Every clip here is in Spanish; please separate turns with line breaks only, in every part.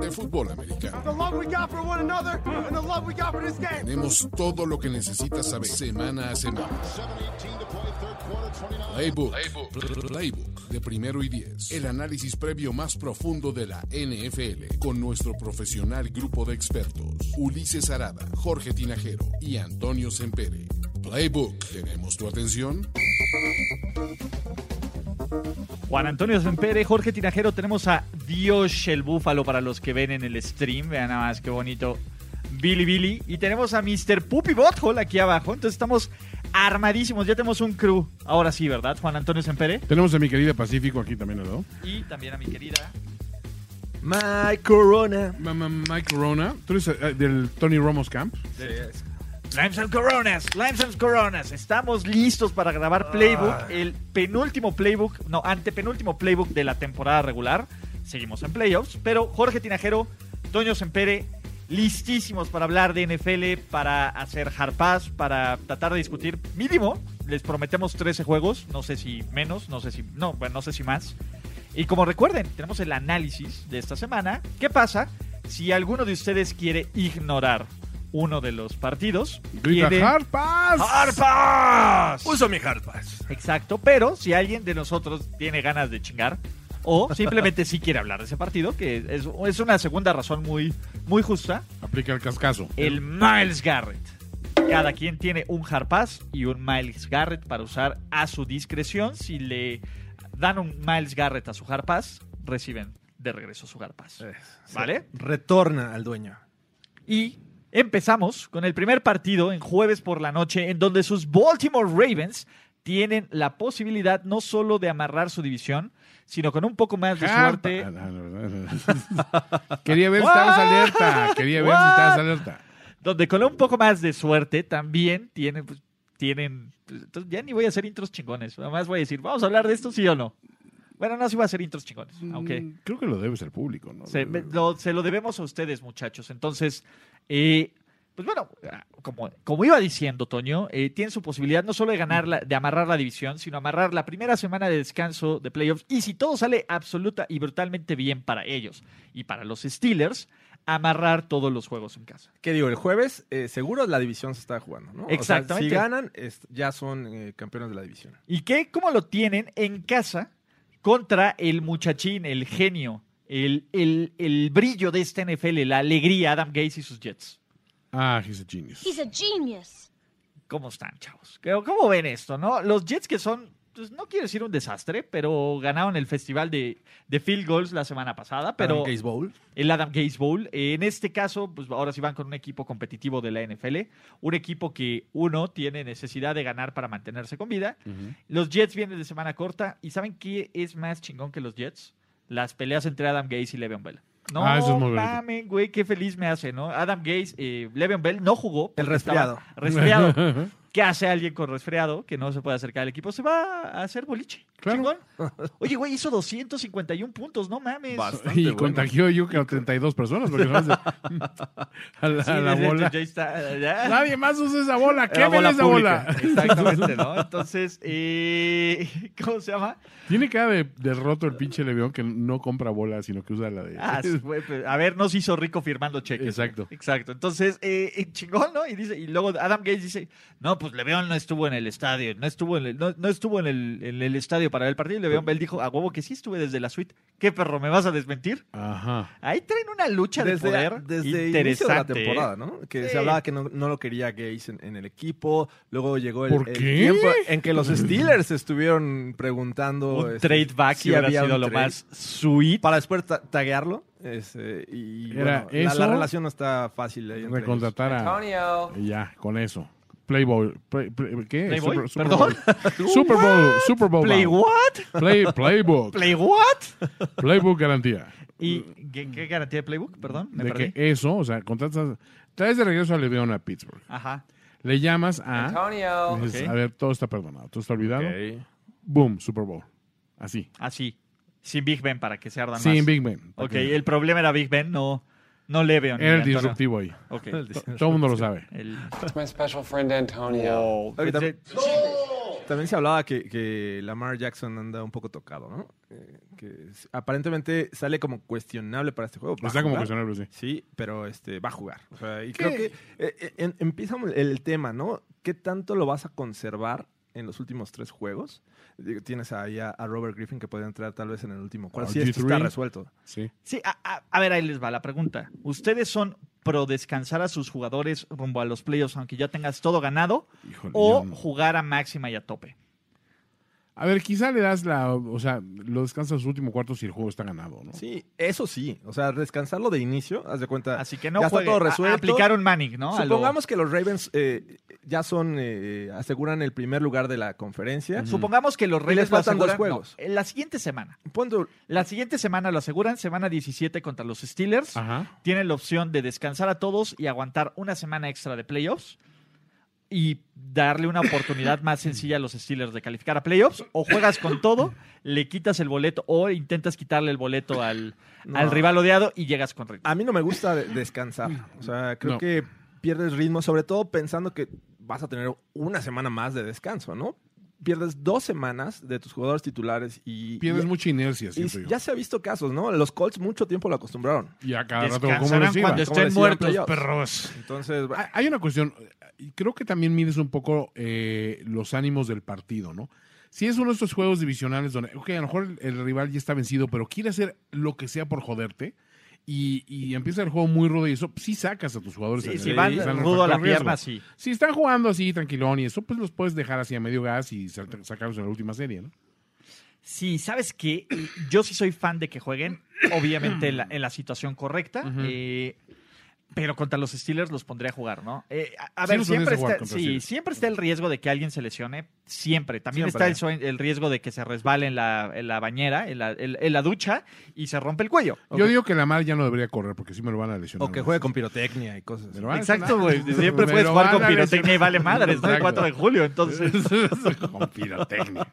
de fútbol americano.
The love we got for one another and the love we got for this game.
Tenemos todo lo que necesitas saber semana a semana. Playbook, playbook, playbook de primero y diez. El análisis previo más profundo de la NFL con nuestro profesional grupo de expertos. Ulises Arada, Jorge Tinajero y Antonio Sempere. Playbook, ¿tenemos tu atención?
Juan Antonio Sempere, Jorge Tinajero, tenemos a Dios el Búfalo para los que ven en el stream. Vean nada más qué bonito. Billy Billy. Y tenemos a Mr. Puppy Butthole aquí abajo. Entonces estamos armadísimos. Ya tenemos un crew. Ahora sí, ¿verdad, Juan Antonio Sempere?
Tenemos a mi querida Pacífico aquí también, ¿no?
Y también a mi querida.
My Corona.
Mamá Mike Corona. Tú eres eh, del Tony Ramos Camp.
Limes and Coronas, Limes and Coronas. Estamos listos para grabar Playbook, el penúltimo Playbook, no, antepenúltimo Playbook de la temporada regular. Seguimos en playoffs, pero Jorge Tinajero, Toño Sempere, listísimos para hablar de NFL, para hacer harpaz, para tratar de discutir mínimo. Les prometemos 13 juegos, no sé si menos, no sé si, no, bueno, no sé si más. Y como recuerden, tenemos el análisis de esta semana. ¿Qué pasa si alguno de ustedes quiere ignorar uno de los partidos?
Grita
Quiere-
Hard Pass.
¡Harpas!
Uso mi hard pass.
Exacto, pero si alguien de nosotros tiene ganas de chingar o simplemente sí quiere hablar de ese partido, que es, es una segunda razón muy, muy justa,
Aplica el cascazo.
el Miles Garrett. Cada quien tiene un Harpas y un Miles Garrett para usar a su discreción. Si le dan un Miles Garrett a su Harpas, reciben de regreso su Harpas.
Eh.
Eh, ¿Vale?
Retorna al dueño.
Y empezamos con el primer partido en jueves por la noche, en donde sus Baltimore Ravens tienen la posibilidad no solo de amarrar su división, sino con un poco más de
Hard
suerte.
pa- Ah, no, no, no. Quería ver si estabas alerta. Quería ver si estabas alerta.
Donde con un poco más de suerte también tienen. pues, tienen pues, entonces ya ni voy a hacer intros chingones. Nada más voy a decir, vamos a hablar de esto, sí o no. Bueno, no, sí voy a hacer intros chingones. Aunque.
Mm, Creo que lo debes al público, ¿no?
Se, me- lo, se lo debemos a ustedes, muchachos. Entonces, eh, pues bueno, ah, como, como iba diciendo, Toño, eh, tiene su posibilidad no solo de ganar la- de amarrar la división, sino amarrar la primera semana de descanso de playoffs. Y si todo sale absoluta y brutalmente bien para ellos y para los Steelers, amarrar todos los juegos en casa.
¿Qué digo? El jueves, eh, seguro la división se está jugando, ¿no? O sea,
Exactamente.
si ganan, es- ya son eh, campeones de la división.
¿Y qué? ¿Cómo lo tienen en casa contra el muchachín, el genio, el, el, el brillo de este esta NFL, la alegría, Adam Gates y sus Jets?
Ah, he's a genius.
He's a genius.
¿Cómo están, chavos? ¿Cómo cómo ven esto, no? Los Jets que son, pues, no quiero decir un desastre, pero ganaron el festival de, de field goals la semana pasada, pero
Adam Gaze Bowl.
el Adam Gaze Bowl. eh, en este caso, pues ahora sí van con un equipo competitivo de la NFL, un equipo que uno tiene necesidad de ganar para mantenerse con vida. Los Jets vienen de semana corta y ¿saben qué es más chingón que los Jets? Las peleas entre Adam Gaze y Le'Veon Bell. No,
Ah, eso es muy bonito.
mamen, güey, qué feliz me hace, ¿no? Adam Gaze, eh, Le'Veon Bell no jugó. porque
El resfriado.
estaba Resfriado. ¿Qué hace alguien con resfriado que no se puede acercar al equipo? Se va a hacer boliche.
Claro.
Chingón. Oye, güey, hizo 251 puntos, no mames.
Bastante
Y
bueno.
contagió yo que a 32 personas porque nomás de- a la,
Sí,
a la
desde-
bola.
ya está, ya.
Nadie más usa esa bola. ¿Qué
La bola
esa
pública.
bola?
Exactamente, ¿no? Entonces, eh, ¿cómo se llama?
Tiene cara de, de roto el pinche levión que no compra bola, sino que usa la de.
Ah, sí, güey, pues, a ver, nos hizo rico firmando cheques.
Exacto.
Exacto. Entonces, eh, eh, chingón, ¿no? Y dice, y luego Adam Gates dice, no, pues Leveón no estuvo en el estadio, no estuvo en el, no, no estuvo en el, en el estadio para ver el partido. Y Leveón Bell dijo, a huevo que sí estuve desde la suite. ¿Qué perro, me vas a desmentir?
Ajá.
Ahí traen una lucha
desde,
de poder
desde el inicio de la
interesante. ¿eh?
temporada, ¿no? Que
Sí.
se hablaba que no, no lo quería Gaze en, en el equipo. Luego llegó el,
¿Por
el
qué?
tiempo en que los Steelers estuvieron preguntando
Un
este,
trade back
si
que hubiera
había un
sido lo
trade.
más sweet.
Para después ta- taguearlo. este, y
Era
bueno, la- la,
eso.
relación no está fácil. ahí entre
Recontratar a. Y ya, con eso. Playboy. play- play- ¿Qué?
Playboy,
Super, Super
perdón.
Bowl. Super Bowl. Super Bowl.
Play what?
Play- playbook.
Play what?
Playbook garantía.
¿Y qué, qué garantía de playbook? Perdón, me
de
perdí.
que eso, o sea, contratas. Traes de regreso a Levión a Pittsburgh.
Ajá.
Le llamas a.
Antonio.
dices,
Ok.
A ver, todo está perdonado, todo está olvidado.
Ok.
Boom, Super Bowl. Así.
Así. Sin Ah, Big Ben para que se ardan más.
Sin Big Ben.
Ok, el problema era Big Ben, no, no Le'Veon. ni
Era el
Antonio.
disruptivo ahí.
Ok.
To- Todo el mundo lo sabe.
El-
It's my special friend Antonio.
Oh,
Ahorita-
pensé-
También se hablaba que, que Lamar Jackson anda un poco tocado, ¿no? Eh, que s- aparentemente sale como cuestionable para este juego. ¿Va a
Está como
jugar?
cuestionable, sí.
Sí, pero este, va a jugar. O sea, y creo que eh, eh, en- empieza el, el tema, ¿no? ¿Qué tanto lo vas a conservar en los últimos tres juegos? Digo, Tienes ahí a, a Robert Griffin que puede entrar tal vez en el último. ¿Cuál sí esto
RG3.
está resuelto?
Sí.
Sí, a, a- a ver, ahí les va la pregunta. ¿Ustedes son pro descansar a sus jugadores rumbo a los playoffs, aunque ya tengas todo ganado,
Híjole,
o
yo no.
jugar a máxima y a tope?
A ver, quizá le das la. O sea, lo descansas su último cuarto si el juego está ganado, ¿no?
Sí, eso sí. O sea, descansarlo de inicio, haz de cuenta.
Así que no
Ah, ya está
jueguen.
todo
A-
resuelto.
Aplicaron Manning, ¿no? A lo-
Supongamos que los Ravens eh, ya son, eh, aseguran el primer lugar de la conferencia.
Supongamos que los
Y
Reyes
les
lo
faltan dos
aseguran-
juegos.
no, en la siguiente semana.
Pon tu-
La siguiente semana lo aseguran, semana 17 contra los Steelers.
Ajá.
Tienen la opción de descansar a todos y aguantar una semana extra de playoffs y darle una oportunidad más sencilla a los Steelers de calificar a playoffs. O juegas con todo, le quitas el boleto o intentas quitarle el boleto al, al rival odiado y llegas con
Ah,
ritmo.
A mí no me gusta de- descansar. O sea, creo
No.
que pierdes ritmo, sobre todo pensando que vas a tener una semana más de descanso, ¿no? Pierdes dos semanas de tus jugadores titulares y.
Pierdes
y-
mucha inercia,
y
siento yo.
ya se ha visto casos, ¿no? Los Colts mucho tiempo lo acostumbraron.
Y a cada rato, ¿cómo
Descansarán
les iba?
cuando
¿Cómo
estén
les iba
muertos,
playoffs?
perros.
Entonces, bueno,
Ah,
Hay- Hay una cuestión, y creo que también mides un poco eh, los ánimos del partido, ¿no? Si es uno de estos juegos divisionales donde, ok, a lo mejor el, el rival ya está vencido, pero quiere hacer lo que sea por joderte y, y empieza el juego muy rudo y eso, pues sí sacas a tus jugadores.
Sí,
pues, en
si
el-
van
están en un
rudo a la
factor riesgo.
pierna, sí.
Si están jugando así, tranquilón y eso, pues los puedes dejar así a medio gas y sal- sacarlos en la última serie, ¿no?
Sí, ¿sabes qué? Yo sí soy fan de que jueguen, obviamente en la, en la situación correcta. eh, pero contra los Steelers los pondría a jugar, ¿no? Eh, a a
Sí,
ver,
los
siempre,
pondrías a jugar
está,
contra
sí,
Steelers.
siempre está el riesgo de que alguien se lesione. Siempre. También
Siempre.
está el, sue- el riesgo de que se resbale en la, en la bañera, en la, en- en la ducha y se rompe el cuello.
Yo digo "Ah, que la mar ya no debería correr porque sí me lo van a lesionar.
o que juegue con pirotecnia y cosas así.
Me lo van a
Exacto, güey.
lesionar.
Siempre
Me
puedes
lo
jugar
van
con
a
pirotecnia y vale madres, ¿no? El
Exacto.
4 de julio, entonces.
lesionar. con pirotecnia.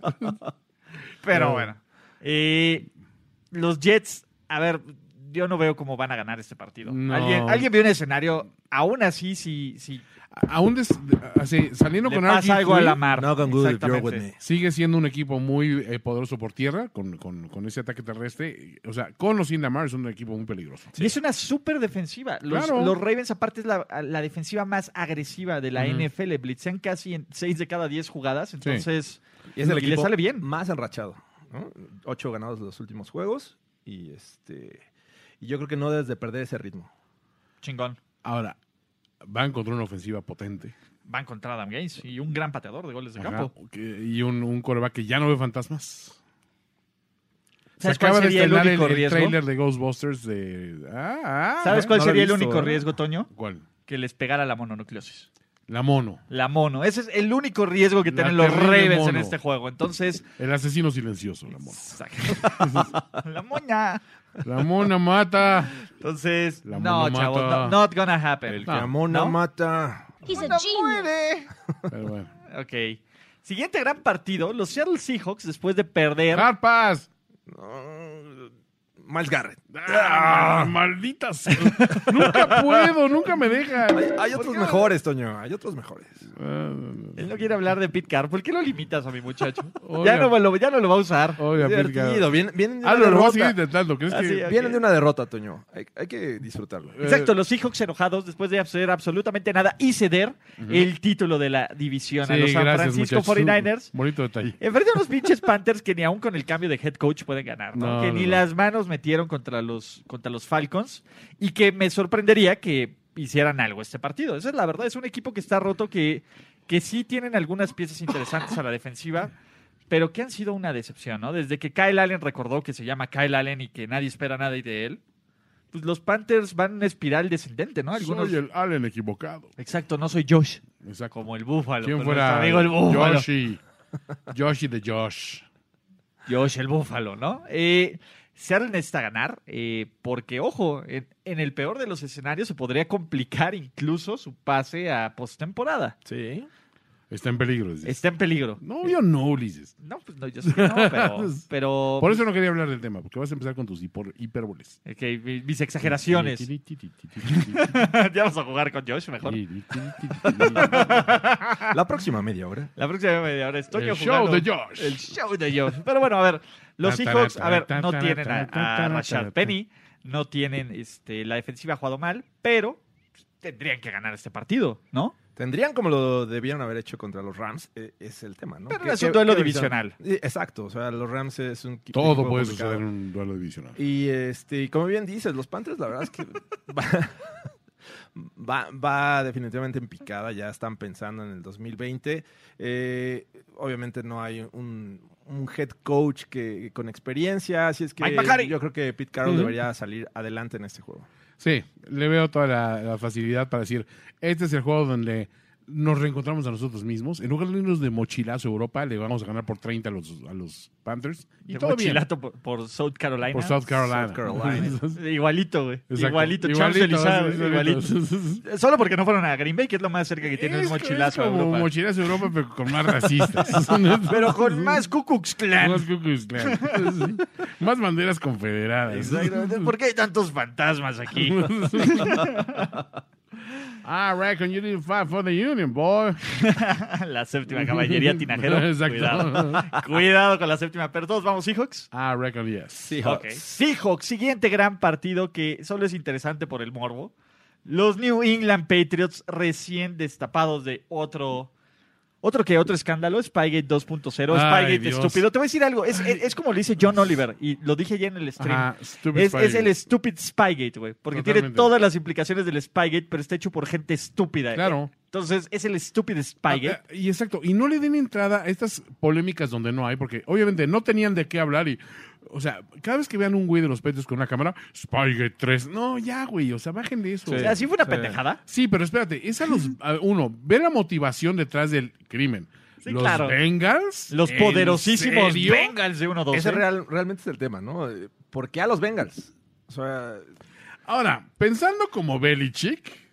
Pero bueno. Eh, los Jets, a ver, yo no veo cómo van a ganar este partido.
No.
¿Alguien, ¿alguien vio un escenario? Aún así, si, si
aún des- así, saliendo
le
con
pasa
RG3,
algo a la mar.
No con good if you're with
Exactamente.
me.
sigue siendo un equipo muy eh, poderoso por tierra con, con- con ese ataque terrestre. O sea, con o sin Lamar es un equipo muy peligroso.
Y es una súper defensiva. Los,
Claro.
los Ravens, aparte, es la, la defensiva más agresiva de la NFL. Blitzean casi en 6 de cada 10 jugadas. Entonces,
Y es el
Y le
equipo
sale bien.
más enrachado. ¿no? Ocho ganados los últimos juegos. Y este. Y yo creo que no debes de perder ese ritmo.
chingón.
Ahora, van contra una ofensiva potente
Van contra Adam Gaines y un gran pateador de goles de
Ajá,
campo.
que- y un, un quarterback que ya no ve fantasmas. Se
¿Sabes cuál
acaba de
sería el
estrenar el,
único
el
riesgo?
trailer de Ghostbusters de. Ah, ah,
¿Sabes
eh,
cuál
no lo he
sería el
visto,
único
¿eh?
riesgo, Toño?
¿Cuál?
Que les pegara la mononucleosis.
La mono.
La mono. Ese es el único riesgo que
La
tienen los
terrible
Ravens en
mono.
este juego. Entonces.
El asesino silencioso, la mono.
la moña.
La mona mata.
Entonces.
La
no,
mono
chavos.
mata.
no- not gonna happen.
El
No.
que
Ramona
Ah, ¿No?
mata.
He's a
No
genius.
muere.
Pero bueno.
Ok. Siguiente gran partido. Los Seattle Seahawks, después de perder.
Ah. ¡Carpas!
Miles Garrett.
¡Ah, maldita sea! nunca puedo, nunca me dejan.
Hay, hay otros mejores, Toño. Hay otros mejores.
Él no quiere hablar de Pete Carr. ¿Por qué lo limitas a mi muchacho?
Oiga.
ya, no, me lo, ya no lo va a usar.
Oiga, Pete Carr.
Divertido. Vienen, vienen de
Ah,
una
lo, lo voy a seguir
derrota.
intentando. ¿Crees
Así
que
es.
Vienen de una derrota, Toño. Hay, hay que disfrutarlo.
Eh, Exacto, los Seahawks enojados después de hacer absolutamente nada y ceder el título de la división a los San Francisco
muchachos.
49ers.
Bonito detalle.
Enfrente a unos pinches Panthers que ni aun con el cambio de head coach pueden ganar, ¿no?
No,
que
no,
ni
no.
las manos metieron contra los, contra los Falcons y que me sorprendería que hicieran algo este partido. Esa es la verdad, es un equipo que está roto, que, que sí tienen algunas piezas interesantes a la defensiva, pero que han sido una decepción, ¿no? Desde que Kyle Allen recordó que se llama Kyle Allen y que nadie espera nada de él, pues los Panthers van en una espiral descendente, ¿no? Algunos...
Soy el Allen equivocado.
Exacto, no soy Josh,
Exacto.
como el Búfalo.
¿Quién
pero
fuera?
nuestro amigo el Búfalo.
Yoshi. Yoshi de Josh.
Josh el Búfalo, ¿no? Eh, Seattle necesita ganar, eh, porque, ojo, en, en el peor de los escenarios se podría complicar incluso su pase a postemporada.
Sí.
Está en peligro. dices.
Está en peligro.
No, yo no, Ulises.
No, pues no, yo sé que no, pero. pero
Por eso no quería hablar del tema, porque vas a empezar con tus hiper- hipérboles.
Ok, mi- mis exageraciones. ya vamos a jugar con Josh mejor.
La próxima media hora.
La próxima media hora estoy
El
yo
show
jugando.
de Josh.
El show de Josh. Pero bueno, a ver, los Seahawks, a ver, no tienen a, a Rashad Penny, no tienen, este, la defensiva ha jugado mal, pero tendrían que ganar este partido, ¿no?
Tendrían como lo debieron haber hecho contra los Rams, eh, es el tema, ¿no?
Pero
¿Qué-
es un
qué-
duelo
qué
divisional.
visión? Eh, Exacto, o sea, los Rams es un equipo
Todo puede
complicado.
suceder en un duelo divisional.
Y este, y como bien dices, los Panthers, la verdad es que va, va, va definitivamente en picada, ya están pensando en el 2020. Eh, obviamente no hay un, un head coach que, con experiencia, así es que
Mike McCarthy.
yo creo que Pete Carroll debería salir adelante en este juego.
Sí, le veo toda la, la facilidad para decir, este es el juego donde nos reencontramos a nosotros mismos. En lugar de irnos de mochilazo a Europa, le vamos a ganar por 30 a los, a los Panthers. Y
De
todo bien.
mochilato por, por South Carolina.
Por South Carolina.
South Carolina.
Exacto.
Igualito, güey. Igualito, Charles
es-
Elizabeth, igualito.
es- es- es-
Solo porque no fueron a Green Bay, que es lo más cerca que tiene
es-
un mochilazo a
es como
Europa.
mochilazo a Europa, pero con más racistas.
Pero con más Ku Klux Klan.
Más Ku Klux Klan. Sí. Más banderas confederadas.
Exactamente. ¿Por qué hay tantos fantasmas aquí?
I reckon you didn't fight for the union, boy.
la séptima caballería tinajero.
Exacto.
Cuidado. Cuidado con la séptima. Pero todos vamos, Seahawks.
I reckon yes.
Ok. Seahawks, siguiente gran partido que solo es interesante por el morbo. Los New England Patriots recién destapados de otro. Otro que otro escándalo, Spygate 2.0,
Ay,
Spygate
Dios.
estúpido. Te voy a decir algo, es, es- es como lo dice John Oliver, y lo dije ya en el stream.
Ajá, stupid
Es, es
Spygate.
el stupid Spygate, güey. Porque tiene
Totalmente.
todas las implicaciones del Spygate, pero está hecho por gente estúpida.
Claro.
Entonces, es el stupid
Ah,
Spygate.
ah, y exacto, y no le den entrada a estas polémicas donde no hay, porque obviamente no tenían de qué hablar y, o sea, cada vez que vean un güey de los pechos con una cámara, Spygate 3, no, ya, güey, o sea, bajen de eso.
Sí.
O sea, sí fue una
Sí.
pendejada.
eh, Sí, pero espérate, es a los, a uno, ve la motivación detrás del crimen.
Sí,
los
claro.
Bengals.
Los
¿En
poderosísimos
serio?
Bengals de 1-2.
Ese
¿eh?
real- realmente es el tema, ¿no? Eh, ¿Por qué a los Bengals? O sea,
Ahora, pensando como Belichick,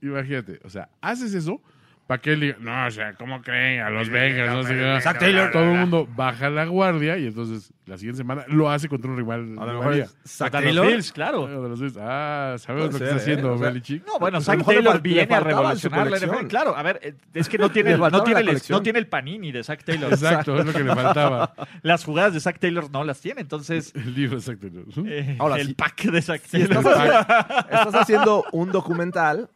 imagínate, o sea, haces eso para que él diga, no, o sea, ¿cómo creen? A los Bengals, no sé qué.
Zach Taylor.
Todo el mundo baja la guardia y entonces la siguiente semana lo hace contra un rival.
a lo
de
mejor
Bahía.
es Zach
Contra los
Taylor.
Bills, claro.
Ah, de los Bills. Ah, sabemos lo
Puede
que está
ser, ¿eh?
haciendo
O sea,
Belichick.
No, bueno,
pues, A lo
Zach
mejor le
Taylor
fal- le
viene a
faltaba en su
revolucionar la NFL.
colección.
Claro, a ver, eh, es que no
Le
tiene, el- no
faltaba
tiene,
la
el,
colección.
no tiene el panini de Zach Taylor.
Exacto, es lo que le faltaba.
Las jugadas de Zach Taylor no las tiene, entonces
El libro, exacto.
eh,
Ahora,
el
si-
pack de Zach
Si
Taylor.
estás, haciendo, estás haciendo un documental,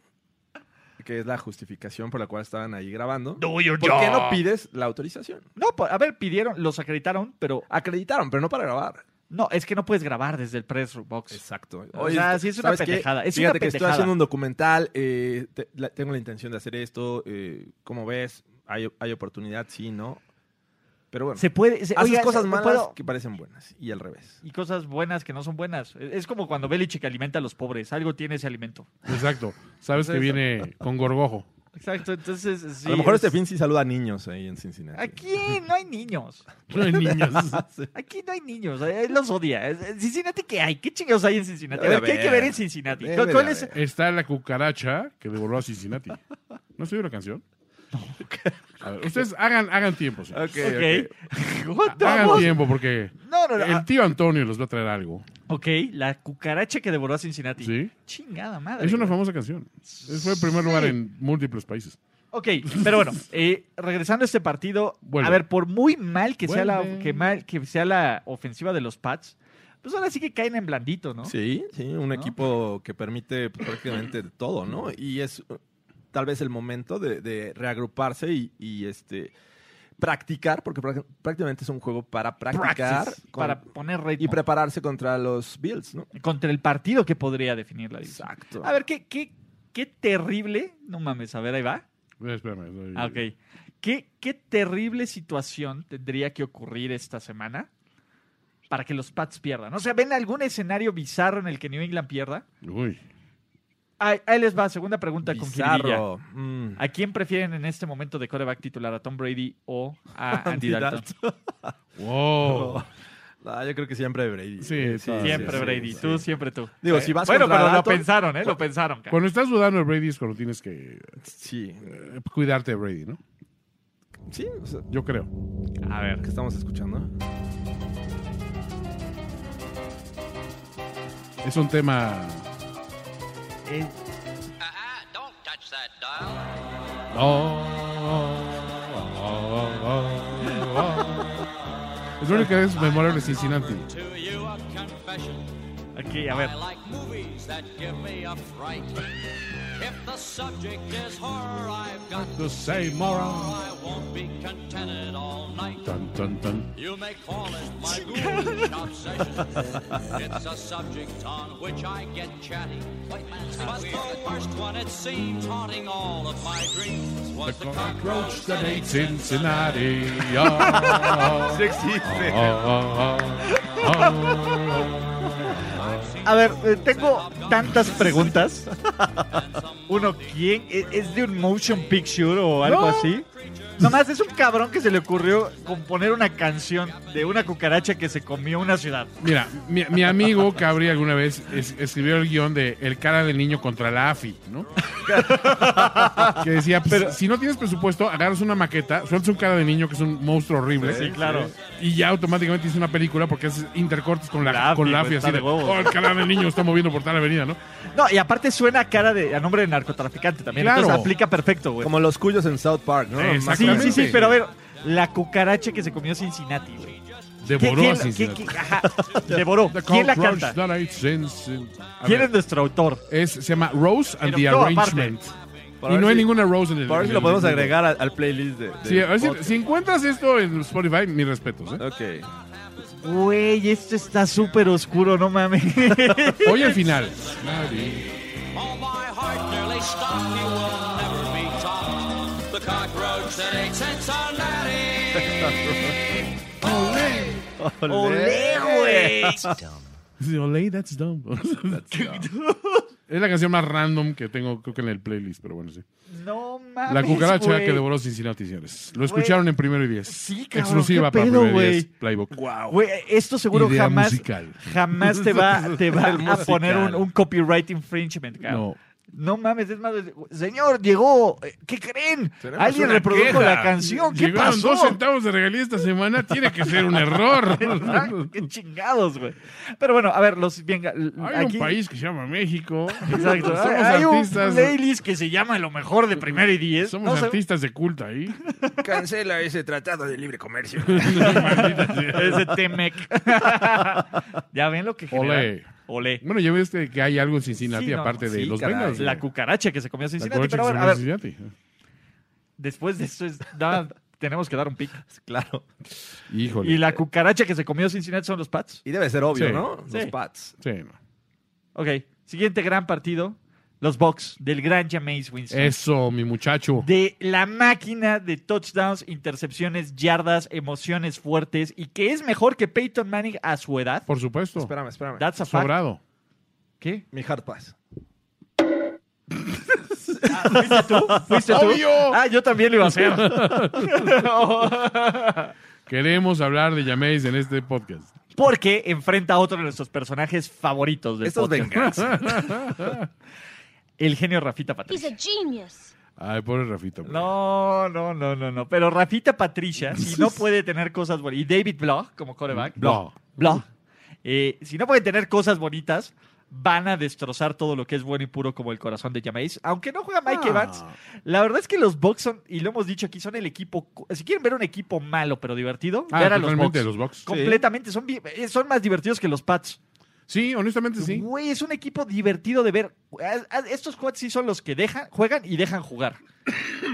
que es la justificación por la cual estaban ahí grabando.
Do your
¿Por qué no
job.
pides la autorización?
No, po- a ver, pidieron, los acreditaron, pero
Acreditaron, pero no para grabar.
no, es que no puedes grabar desde el press box.
Exacto.
O sea, sí es una pendejada, es
Fíjate
una
que estoy
pendejada.
haciendo un documental, eh, te- la- tengo la intención de hacer esto, eh, ¿cómo ves? ¿Hay, hay oportunidad? Sí, ¿no? Pero bueno,
Se puede. se-
haces
oiga,
cosas
no
malas
puedo-
que parecen buenas y al revés.
Y cosas buenas que no son buenas. Es es como cuando Belichick alimenta a los pobres. Algo tiene ese alimento.
Exacto. Sabes que viene con gorgojo.
Exacto, entonces. sí,
a lo mejor
es-
este fin sí saluda a niños ahí en Cincinnati.
Aquí no hay niños.
No hay niños.
Aquí no hay niños. eh, Él los odia. Es- es- Cincinnati, ¿qué hay? ¿Qué chingados hay en Cincinnati? A
Debe
ver, ¿qué hay
haber.
que ver en Cincinnati?
Debe
¿Cuál-
de
cuál es-
haber.
Está la cucaracha que devoró a Cincinnati. ¿No se oye la canción? A ver, ustedes hagan, hagan tiempo. señores.
Ok, ok.
Ok. What the
Hagan
fuck?
tiempo porque
No, no, no.
el
ah,
tío Antonio les va a traer algo.
Ok, la cucaracha que devoró a Cincinnati.
¿Sí?
Chingada madre.
Es una
güey.
famosa canción. Es- Fue el primer lugar en múltiples países.
Ok, pero bueno, eh, regresando a este partido,
Vuelve.
a ver, por muy mal que sea la
Vuelve.
que mal que sea la ofensiva de los Pats, pues ahora sí que caen en blandito, ¿no?
Sí, sí, un equipo que permite pues, prácticamente de todo, ¿no? Y es eh, tal vez el momento de, de reagruparse y, y, este practicar, porque práct- prácticamente es un juego para practicar
Practice,
con-
para poner
y
ritmo
prepararse contra los Bills, ¿no?
contra el partido que podría definir la división.
Exacto.
A ver, qué, qué, qué terrible. No mames, a ver, ahí va.
Eh, Espérame. no,
Ah, ok. ¿Qué, qué terrible situación tendría que ocurrir esta semana para que los Pats pierdan? O sea, ¿ven algún escenario bizarro en el que New England pierda?
Uy.
Ahí, ahí les va, segunda pregunta con jiribilla.
Bizarro. Mm.
¿A quién prefieren en este momento de coreback titular? ¿A Tom Brady o a Andy
Andy
Dalton?
Dalton.
Wow.
Ah, yo creo que siempre Brady.
Sí, sí,
Oh, Siempre
sí,
Brady.
sí.
Tú, siempre tú.
Digo,
Eh,
si vas
Bueno,
contra
pero lo
Dalton-
pensaron, ¿eh? Lo pensaron. cara.
Cuando estás dudando de Brady es cuando tienes que
Sí.
eh, cuidarte de Brady, ¿no?
Sí, o sea,
Yo creo.
A ver.
¿qué estamos escuchando?
Pues Es un tema. Oh, Es lo oh, único que es memorable es Cincinnati.
Aquí, a ver.
Tan, tan, tan. Cincinnati. Oh,
A ver, eh, tengo tantas preguntas. Uno, ¿quién? ¿E- ¿Es de un motion picture o algo
No.
así? Nomás es un cabrón que se le ocurrió componer una canción de una cucaracha que se comió una ciudad.
Mira, mi, mi amigo Cabri alguna vez es- escribió el guión de El cara del niño contra la AFI, ¿no? que decía, pues, si no tienes presupuesto, agarras una maqueta, sueltas un cara de niño que es un monstruo horrible.
Sí, claro.
Y ya automáticamente hizo una película porque haces intercortes con la,
La AFI,
con la
pues,
AFI,
está
así
de
de,
huevos.
"Oh, el cara del niño está moviendo por tal avenida, ¿no?
No, y aparte suena a cara de a nombre de narcotraficante también.
Claro.
Entonces aplica perfecto, güey.
Como los cuyos en South Park, ¿no?
Exacto.
Más-
Sí, sí, sí,
Exactamente.
pero a ver, la cucaracha que se comió Cincinnati, güey.
Devoró
¿Quién-
a
quién-
Cincinnati.
quién- ajá, devoró.
The
¿Quién la
cockroach
canta?
that ate Cincinnati. A
¿Quién
ver,
es nuestro autor?
es- se llama Rose
Pero
and the
todo aparte.
Arrangement.
Por
Y
ver
no hay
si-
ninguna Rose en el
Por ver si
en
lo
el-
podemos agregar al, al playlist de.
Sí,
del
a ver si,
podcast.
si encuentras esto en Spotify, mis respetos. ¿eh?
Ok.
Güey, esto está súper oscuro, no mames.
Oye, al final.
Olé, güey.
Sí, Olé, that's dumb. es la canción más random que tengo, creo que en el playlist, pero bueno, sí.
No mames.
La cucaracha
Ah, pues, güey.
que devoró Cincinnati, señores. Lo escucharon en primero y diez.
Sí, cabrón,
Exclusiva
qué
para
pedo,
primero y diez,
güey.
Playbook.
Güey, esto seguro
Idea
jamás
musical.
jamás te va, te va a
musical.
poner un, un copyright infringement, cabrón.
No.
No mames, es más, señor, llegó, eh, ¿qué creen? Alguien
una
reprodujo
queja.
la canción, ¿qué
Llegaron
pasó?
dos centavos de regalía esta semana, tiene que ser un error.
Ah, Qué chingados, güey. Pero bueno, a ver, los venga,
Hay
aquí-
un país que se llama México.
Exacto.
Somos
Hay hay
artistas.
un playlist que se llama Lo mejor de primero y diez.
Somos
No sé-
artistas de culto ahí.
Cancela ese tratado de libre comercio.
Ese Temec. E ya ven lo que genera.
Olé.
Olé.
Bueno, ya ves que que hay algo en Cincinnati
Sí, no,
aparte de
sí,
los
caray.
Bengals.
La cucaracha que se comió
La
Cincinnati.
cucaracha
Pero
que
bueno,
se
a ver,
llama Cincinnati.
después de esto es, nada, tenemos que dar un pick.
claro.
Híjole.
Y la cucaracha que se comió Cincinnati son los Pats.
Y debe ser obvio,
Sí.
¿no?
Sí.
Los Pats.
Sí, no.
Ok. Siguiente gran partido. Los Bucks del gran Jameis Winston.
Eso, mi muchacho.
de la máquina de touchdowns, intercepciones, yardas, emociones fuertes y que es mejor que Peyton Manning a su edad.
Por supuesto.
Espérame, espérame.
Oh. That's a fact.
Sobrado.
¿Qué?
Mi hard pass.
¿Fuiste tú? Ah, yo también lo iba a hacer.
Queremos hablar de Jameis en este podcast.
Porque enfrenta a otro de nuestros personajes favoritos del
Estos
podcast.
venganzas.
El genio Rafita
He's a
Patricia.
genius.
Ay, pobre Rafita. güey.
No, no, no, no, no. Pero Rafita Patricia, si no puede tener cosas buenas. Y David Bloch, como coreback.
No.
Blah. Eh, si no pueden tener cosas bonitas, van a destrozar todo lo que es bueno y puro como el corazón de Jameis. Aunque no juega
Ah.
Mike Evans, la verdad es que los Bucks son, y lo hemos dicho aquí, son el equipo. co- Si quieren ver un equipo malo pero divertido,
Ah,
vean a los
totalmente,
Bucks.
los Bucks.
Completamente, son, bi- eh, son más divertidos que los Pats.
Sí, honestamente sí.
Güey, es un equipo divertido de ver. Ah, ah, Estos cuads sí son los que dejan, juegan y dejan jugar.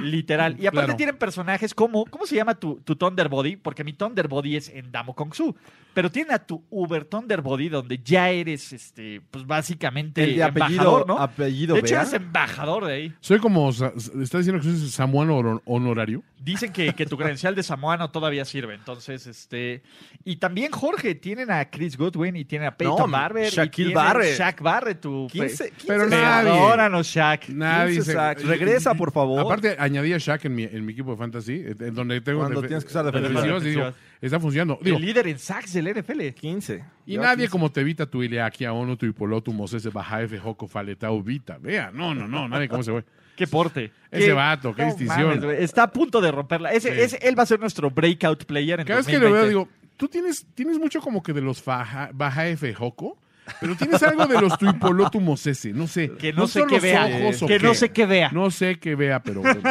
Literal. Y aparte
Claro.
tienen personajes como, ¿cómo se llama tu, tu Thunder Body? Porque mi Thunder Body es en Damo Kong Su. Pero tienen a tu Uber Thunder Body, donde ya eres, este, pues básicamente
El de apellido,
embajador, ¿no?
apellido
De hecho,
Bea.
eres embajador de ahí.
Soy como. Sa- ¿Estás diciendo que soy Samuel honor- honorario?
Dicen que, que tu credencial de Samoano todavía sirve. Entonces, este. Y también, Jorge, tienen a Chris Goodwin y tienen a Peyton
No,
Barber. y
Shaquille
tienen
Barrett.
Shaq Barrett, tu.
15, 15
Pero nadie.
Perdónanos, Shaq.
Nadie
Piensa,
se...
Zach, regresa, por favor.
Aparte, añadí a Shaq en mi, en mi equipo de fantasy, eh, en donde tengo
Cuando
defe-
tienes que usar
defensivas,
defensivas.
y digo, está funcionando. Digo,
el líder en sacks del NFL.
15.
y nadie como Tevita Tuileaki, Aono Tuipoló, Moses Bajaefe, Joco Faletao, Vita. Vea, no, no, no, nadie como ese güey.
Qué porte.
Ese
Qué-
vato, qué
No
distinción.
mames, güey, está a punto de romperla. Ese,
Sí.
ese- él va a ser nuestro breakout player en
Cada vez que lo veo, digo, tú tienes, tienes mucho como que de los faja- Bajaefe, Joco, pero tienes algo de los Tuipoló, Mosese, no sé.
Que no sé
son
qué
los
vea.
ojos o
Que no
qué.
sé qué vea.
No sé qué vea, pero. bueno.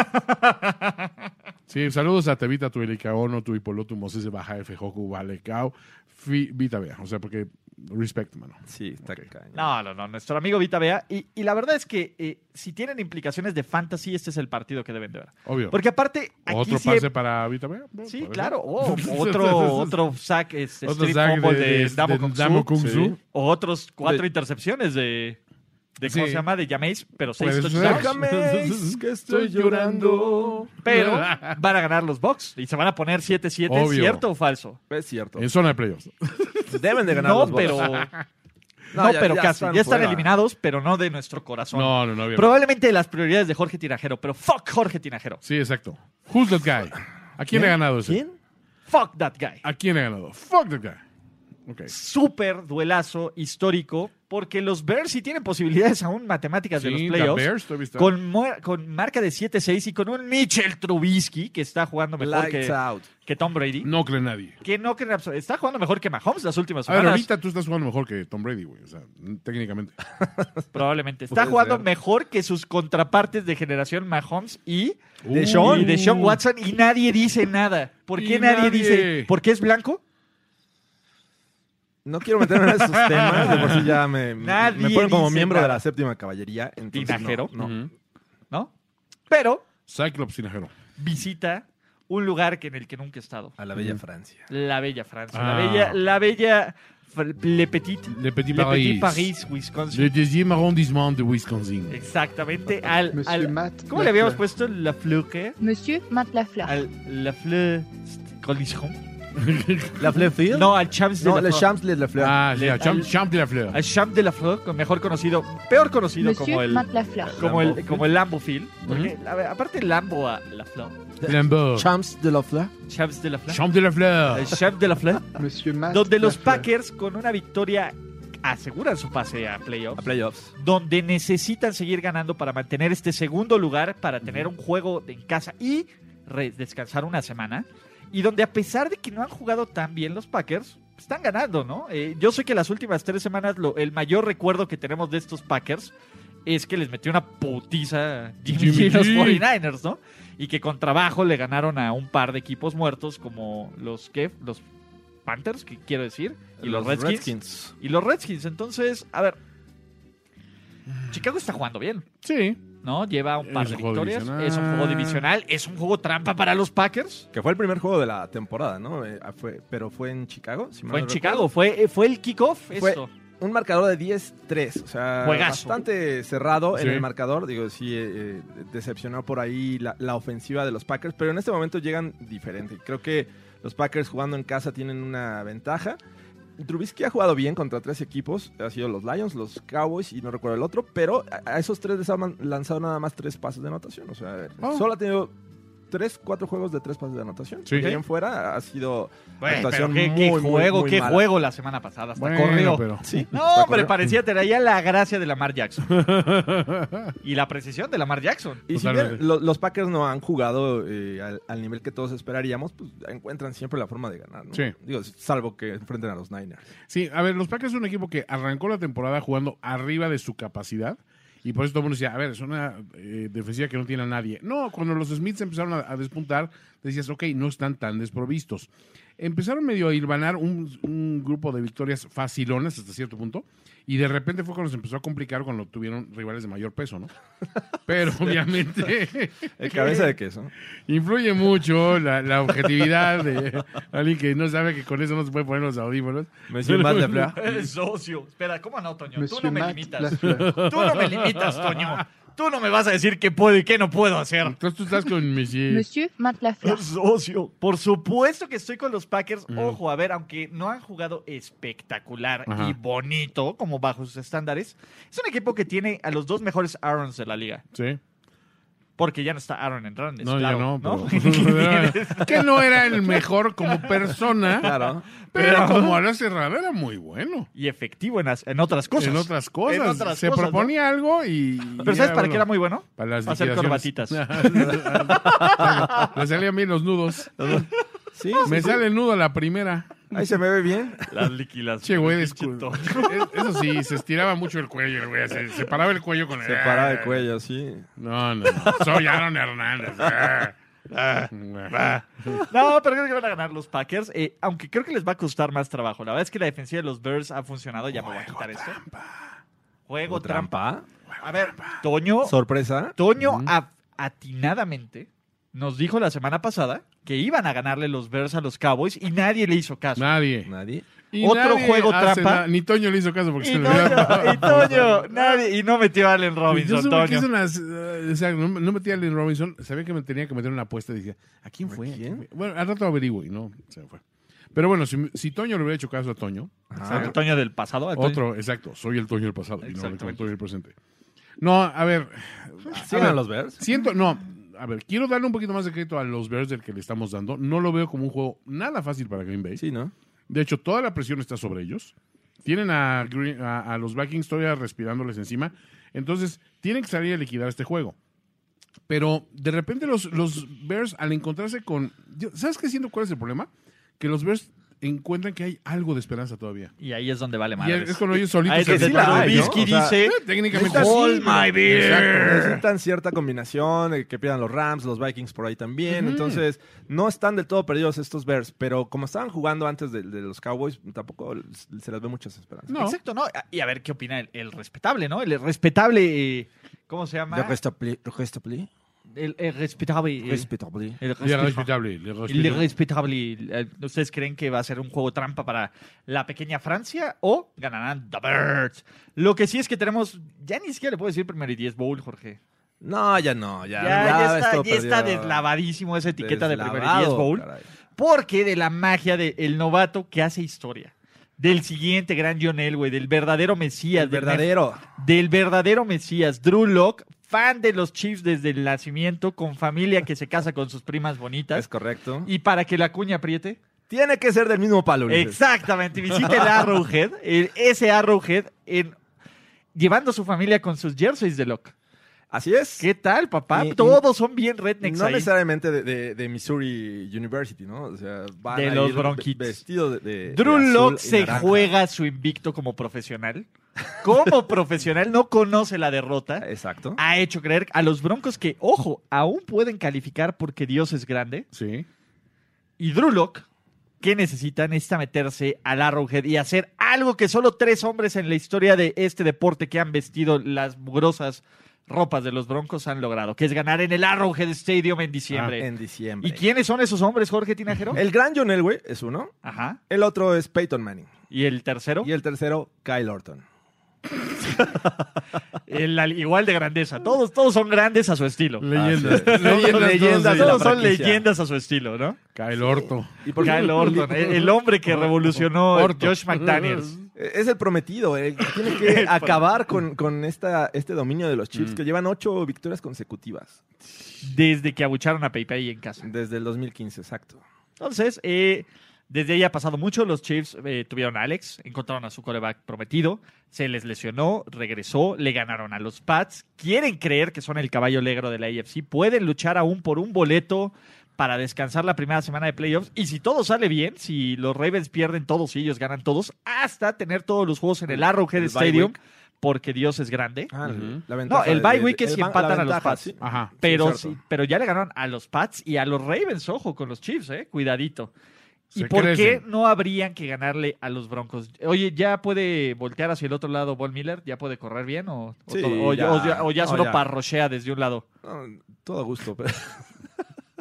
sí, saludos a Tevita, tu Elicaono, tu Hipoloto, Moses, Baja, Fejoku, Valecao, Fi- Vita Vea. O sea, porque. Respect, mano.
Sí, está cañón.
No, no, no. Nuestro amigo Vita Vea. Y, y la verdad es que eh, si tienen implicaciones de fantasy, este es el partido que deben de ver.
Obvio.
Porque aparte, aquí
Otro
sí-
pase para Vita Vea. Bueno,
Sí,
parece.
claro. Oh, otro, otro sack, es,
Otro
street
sack
fumble
de,
de,
de-
Damo
de
Kong Su.
Damo Kung Su.
Sí.
O otros cuatro
De-
intercepciones de. de ¿Cómo
Sí. Pues,
se llama? De Jameis, pero seis
Puede ser.
touchdowns.
Sácame, que estoy llorando.
Pero van a ganar los Bucks y se van a poner 7-7,
Obvio.
¿cierto o falso?
Es cierto.
En zona de playoffs.
Deben de ganar
No,
los Bucks.
pero, no,
ya-
pero
ya
casi.
están
ya están
fuera.
eliminados, pero no de nuestro corazón.
No, no, no. Había...
Probablemente de las prioridades de Jorge Tinajero, pero fuck Jorge Tinajero.
Sí, exacto. Who's that guy? ¿A quién le ha ganado ese?
¿Quién?
Fuck that guy.
¿A quién le ha ganado? Fuck that guy. Ok.
Súper duelazo histórico, porque los Bears sí tienen posibilidades aún matemáticas de los
Sí,
playoffs.
the Bears, todavía está.
Con, muer- con marca de 7-6 y con un Mitchell Trubisky que está jugando mejor
Lights
que,
out.
que Tom Brady.
No cree nadie.
Que no creen abs- Está jugando mejor que Mahomes las últimas
A ver,
semanas.
ahorita tú estás jugando mejor que Tom Brady, güey. O sea, técnicamente.
Probablemente. Está
Puede
jugando
ser.
mejor que sus contrapartes de generación Mahomes y
Uh.
y Deshaun Watson y nadie dice nada. ¿Por qué
Y
nadie,
nadie.
dice? ¿Por qué es blanco?
No quiero meterme en esos temas. De por sí ya me,
Nadie
me ponen como
dice
miembro de
nada.
la séptima caballería. entonces
Tinajero. Mm.
No, no.
¿No? Pero
Cyclops Tinajero.
visita un lugar que en el que nunca he estado.
A la bella Francia.
La bella Francia.
Ah.
La bella, la bella Fr- Le Petit.
Le Petit
Le
Paris.
Petit Paris, Wisconsin.
Le deuxième arrondissement de Wisconsin.
Exactamente. Al,
Monsieur
al-
Matt.
¿Cómo le habíamos puesto? La Fleuque.
Monsieur Matt Lafleur.
Al La Fleur Colisron.
¿La Fleurfield?
No, al Champs de
no
la
Le
Fleur.
Champs de la Fleur.
Ah, sí,
Le-
a Champ,
al-
Champ de la Fleur.
A Champ de la Fleur, con- mejor conocido, peor conocido como
Monsieur
el,
Matt Lafleur.
como el
Lambeau.
como el Lambo Field. Porque, a ver, aparte, Lambo a la Fleur.
Lambeau.
Champs de la Fleur.
Champs de la Fleur.
Champ de la Fleur.
El Champ de la Fleur.
Monsieur Matt.
donde los
Lafleur.
Packers, con una victoria, aseguran su pase a
A
playoffs.
playoffs.
donde necesitan seguir ganando para mantener este segundo lugar, para tener un juego en casa y re- descansar una semana. Y donde a pesar de que no han jugado tan bien los Packers, están ganando, ¿no? Eh, yo sé que las últimas tres semanas lo- el mayor recuerdo que tenemos de estos Packers es que les metió una putiza Jimmy,
Jimmy
G y los
G.
49ers, ¿no? Y que con trabajo le ganaron a un par de equipos muertos como los que los Panthers, que quiero decir, y los, Redskins y los Redskins. Entonces, a ver. Chicago está jugando bien,
Sí.
¿no? Lleva un par
Ah. Es
de
un juego
victorias.
divisional.
Es un juego divisional. Es un juego trampa para los Packers.
Que fue el primer juego de la temporada, ¿no? Eh, ah, fue- pero fue en Chicago. si mal
Fue
no
en
recuerdo.
Chicago. Fue, eh, fue el kickoff
Fue-
esto.
Un marcador de 10-3. O sea,
Juegazo.
bastante cerrado en
Sí.
el marcador. Digo, sí, eh, eh, decepcionó por ahí la, la ofensiva de los Packers. Pero en este momento llegan diferente. Creo que los Packers jugando en casa tienen una ventaja. Trubisky ha jugado bien contra tres equipos. Ha sido los Lions, los Cowboys y no recuerdo el otro. Pero a, a esos tres les ha man- lanzado nada más tres pases de anotación. O sea,
Oh.
solo ha tenido tres, cuatro juegos de tres pases de anotación.
Sí.
De ahí en fuera ha sido
Bueno,
actuación
pero qué,
muy,
qué
muy,
juego,
muy
qué
mala.
juego la semana pasada. Hasta
Bueno,
corrió.
pero-
Sí.
No, hombre,
corrió.
parecía traía la gracia de Lamar Jackson. y la precisión de Lamar Jackson.
Y si
Totalmente.
bien lo- los Packers no han jugado eh, al, al nivel que todos esperaríamos, pues encuentran siempre la forma de ganar, ¿no?
Sí.
Digo, salvo que enfrenten a los Niners.
Sí, a ver, los Packers es un equipo que arrancó la temporada jugando arriba de su capacidad. Y por eso todo el mundo decía, a ver, es una eh, defensiva que no tiene a nadie. No, cuando los Smiths empezaron a, a despuntar, decías, ok, no están tan desprovistos. Empezaron medio a hilvanar un, un grupo de victorias facilonas hasta cierto punto. Y de repente fue cuando se empezó a complicar cuando tuvieron rivales de mayor peso, ¿no? Pero obviamente
El cabeza de queso.
influye mucho la, la objetividad de alguien que no sabe que con eso no se puede poner los audífonos.
Monsieur Matt Lafleur.
Eres socio. Espera, ¿cómo no, Toño? Tú
Monsieur
no me
Matt
limitas.
Lafleur.
Tú no me limitas, Toño. Tú no me vas a decir qué puedo y qué no puedo hacer.
Entonces tú estás con Messi.
Monsieur Matt Lafleur.
Socio. Por supuesto que estoy con los Packers.
Mm.
Ojo, a ver, aunque no han jugado espectacular
Ajá.
y bonito, como bajo sus estándares, es un equipo que tiene a los dos mejores Aarons de la liga.
Sí.
Porque ya no está Aaron Hernández.
No,
claro,
ya no,
¿no?
pero. que no era el mejor como persona,
Claro.
pero
Pero-
como ala cerrada era muy bueno.
y efectivo en, las- en otras cosas.
En otras cosas.
En otras
Se
cosas, ¿no?
proponía algo y.
Pero ¿sabes para qué era muy bueno?
Para las
hacer
liquidaciones.
corbatitas.
Le salían bien los nudos.
Sí,
Me sale el nudo a la primera.
ahí se me ve bien.
Las liquilas.
Che, güey,
pinche
descu-
tonto.
Es- Eso sí, se estiraba mucho el cuello, el güey. Se, se paraba el cuello con el.
Se para el cuello, sí.
No, no, no. Soy Aaron Hernández. Ah. Ah.
No, pero creo que van a ganar los Packers. eh, aunque creo que les va a costar más trabajo. La verdad es que la defensiva de los Bears ha funcionado. Ya me voy a quitar esto. Juego trampa. A ver, Toño,
Sorpresa.
Toño a- atinadamente nos dijo la semana pasada que iban a ganarle los Bears a los Cowboys y nadie le hizo caso.
Nadie.
Nadie.
Y
Otro
nadie
juego
hace
trampa.
nada. Ni Toño le hizo caso porque
Y
se le olvidaba.
Toño, y Toño, nadie. Y no metió a Allen
Pues Yo
Robinson,
supe que
Toño.
hizo unas, eh, o sea, no, no metí a Allen Robinson. Sabía que me tenía que meter una apuesta. y Decía, ¿a quién fue? ¿A quién fue? Bueno, al rato averiguo y no se me fue. Pero bueno, si, si Toño le hubiera hecho caso a Toño,
Exacto, Toño del pasado. a Toño.
otro, exacto, soy el Toño del pasado y no el
Exactamente.
Toño del presente. No, a ver,
Sí, ganan los Bears.
siento, no, a ver, quiero darle un poquito más de crédito a los Bears del que le estamos dando. No lo veo como un juego nada fácil para Green Bay.
Sí, ¿no?
De hecho, toda la presión está sobre ellos. Tienen a, Green- a- a los Vikings todavía respirándoles encima. Entonces, tienen que salir a liquidar este juego. Pero de repente los, los Bears, al encontrarse con... yo- ¿Sabes qué siento cuál es el problema? Que los Bears encuentran que hay algo de esperanza todavía.
Y ahí es donde vale
Y
madres.
es, es con ellos solitos.
Ahí es donde
se-
sí la
cuando
hay, ¿no?
Trubisky
O sea,
dice,
Eh, técnicamente...
Neta,
All
sí.
my beer.
Exacto.
Necesitan cierta combinación, eh, que pierdan los Rams, los Vikings por ahí también. Entonces, no están del todo perdidos estos Bears, pero como estaban jugando antes de, de los Cowboys, tampoco se les ve muchas esperanzas.
No.
Exacto, ¿no? Y a ver qué opina el, el respetable, ¿no? El respetable. eh, ¿Cómo se llama?
respetable.
El, el respetable. eh,
Respetable.
el
Le
respetable.
respetable, le
El
respetable.
irrespetable. Eh, ¿Ustedes creen que va a ser un juego trampa para la pequeña Francia o ganarán The Birds? Lo que sí es que tenemos. Ya ni siquiera le puedo decir primero y 10 bowl, Jorge.
No, ya no, ya.
Ya, ya está,
esto
ya está
perdido.
deslavadísimo esa etiqueta de primer y
Deslavado,
10 bowl.
caray.
Porque de la magia del novato que hace historia. Del siguiente gran John Elway, del verdadero Mesías.
El
del
verdadero.
del verdadero Mesías, Drew Locke, fan de los Chiefs desde el nacimiento, con familia que se casa con sus primas
Es
bonitas.
correcto.
Y para que la cuña apriete.
Tiene que ser del mismo palo, Ulises.
Exactamente, visite el Arrowhead, el- ese Arrowhead, en, llevando su familia con sus jerseys de Locke.
Así es.
¿Qué tal, papá?
Y- y-
Todos son bien rednecks
No
ahí.
necesariamente de, de- de Missouri University, ¿no? O sea, van
De
a
los
ir
Bronquitos.
Vestido de, de-
Drew
de azul
Locke
y
se
naranja.
juega su invicto como profesional. Como profesional, no conoce la derrota.
Exacto.
ha hecho creer a los Broncos que, ojo, aún pueden calificar porque Dios es grande.
Sí.
Y Drew Lock, que necesita, necesita meterse al Arrowhead y hacer algo que solo tres hombres en la historia de este deporte que han vestido las grosas ropas de los Broncos han logrado, que es ganar en el Arrowhead Stadium en diciembre.
Ah, En diciembre.
¿Y quiénes son esos hombres, Jorge Tinajero?
El gran John Elway es uno.
Ajá.
El otro es Peyton Manning.
¿Y el tercero?
Y el tercero, Kyle Orton.
El al- igual de grandeza. Todos, todos son grandes a su estilo.
Leyendas.
sí.
Leyendas.
Leyendas
todos,
de la
Todos son
franquicia.
leyendas a su estilo, ¿no?
Kyle Orto.
Y por
Kyle
ejemplo,
Orton, el el hombre que revolucionó
Orton.
Josh McDaniels.
e, Es el prometido. él tiene que acabar con, con esta, este dominio de los Chiefs que llevan ocho victorias consecutivas.
desde que abucharon a PayPay en casa.
Desde el 2015, exacto.
Entonces, eh, desde ahí ha pasado mucho. Los Chiefs eh, tuvieron a Alex, encontraron a su coreback prometido, se les lesionó, regresó, le ganaron a los Pats. Quieren creer que son el caballo negro de la AFC, pueden luchar aún por un boleto para descansar la primera semana de playoffs. Y si todo sale bien, si los Ravens pierden todos y ellos ganan todos, hasta tener todos los juegos en el Arrowhead
El bye
Stadium,
week.
porque Dios es grande.
Ah,
Ujú.
la ventaja
No, el
de-
bye
de-
week es
el
si
ba- la
empatan a los
ventaja,
Pats.
sí.
Ajá.
Pero,
cierto.
sí, pero ya le ganaron a los Pats y a los Ravens, ojo, con los Chiefs, eh, cuidadito. ¿Y
Se
por
crecen.
qué no habrían que ganarle a los Broncos? Oye, ¿ya puede voltear hacia el otro lado Von Miller? ¿Ya puede correr bien? ¿O, o
Sí,
todo- o ya, o ya- o ya
ya.
solo
No, ya.
parrochea desde un lado?
No, todo a gusto, pero.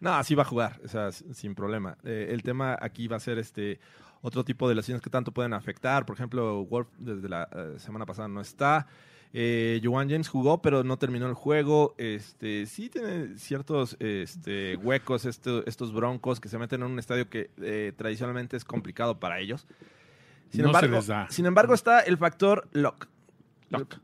no, así va a jugar, o sea, s- sin problema. Eh, el tema aquí va a ser este otro tipo de lesiones que tanto pueden afectar. Por ejemplo, Wolf desde la eh, semana pasada no está. Eh, Juwan James jugó, pero no terminó el juego. Este, sí tiene ciertos este, huecos esto- estos broncos que se meten en un estadio que eh, tradicionalmente es complicado para ellos. Sin,
No se
embargo,
les da.
sin embargo, está el factor lock.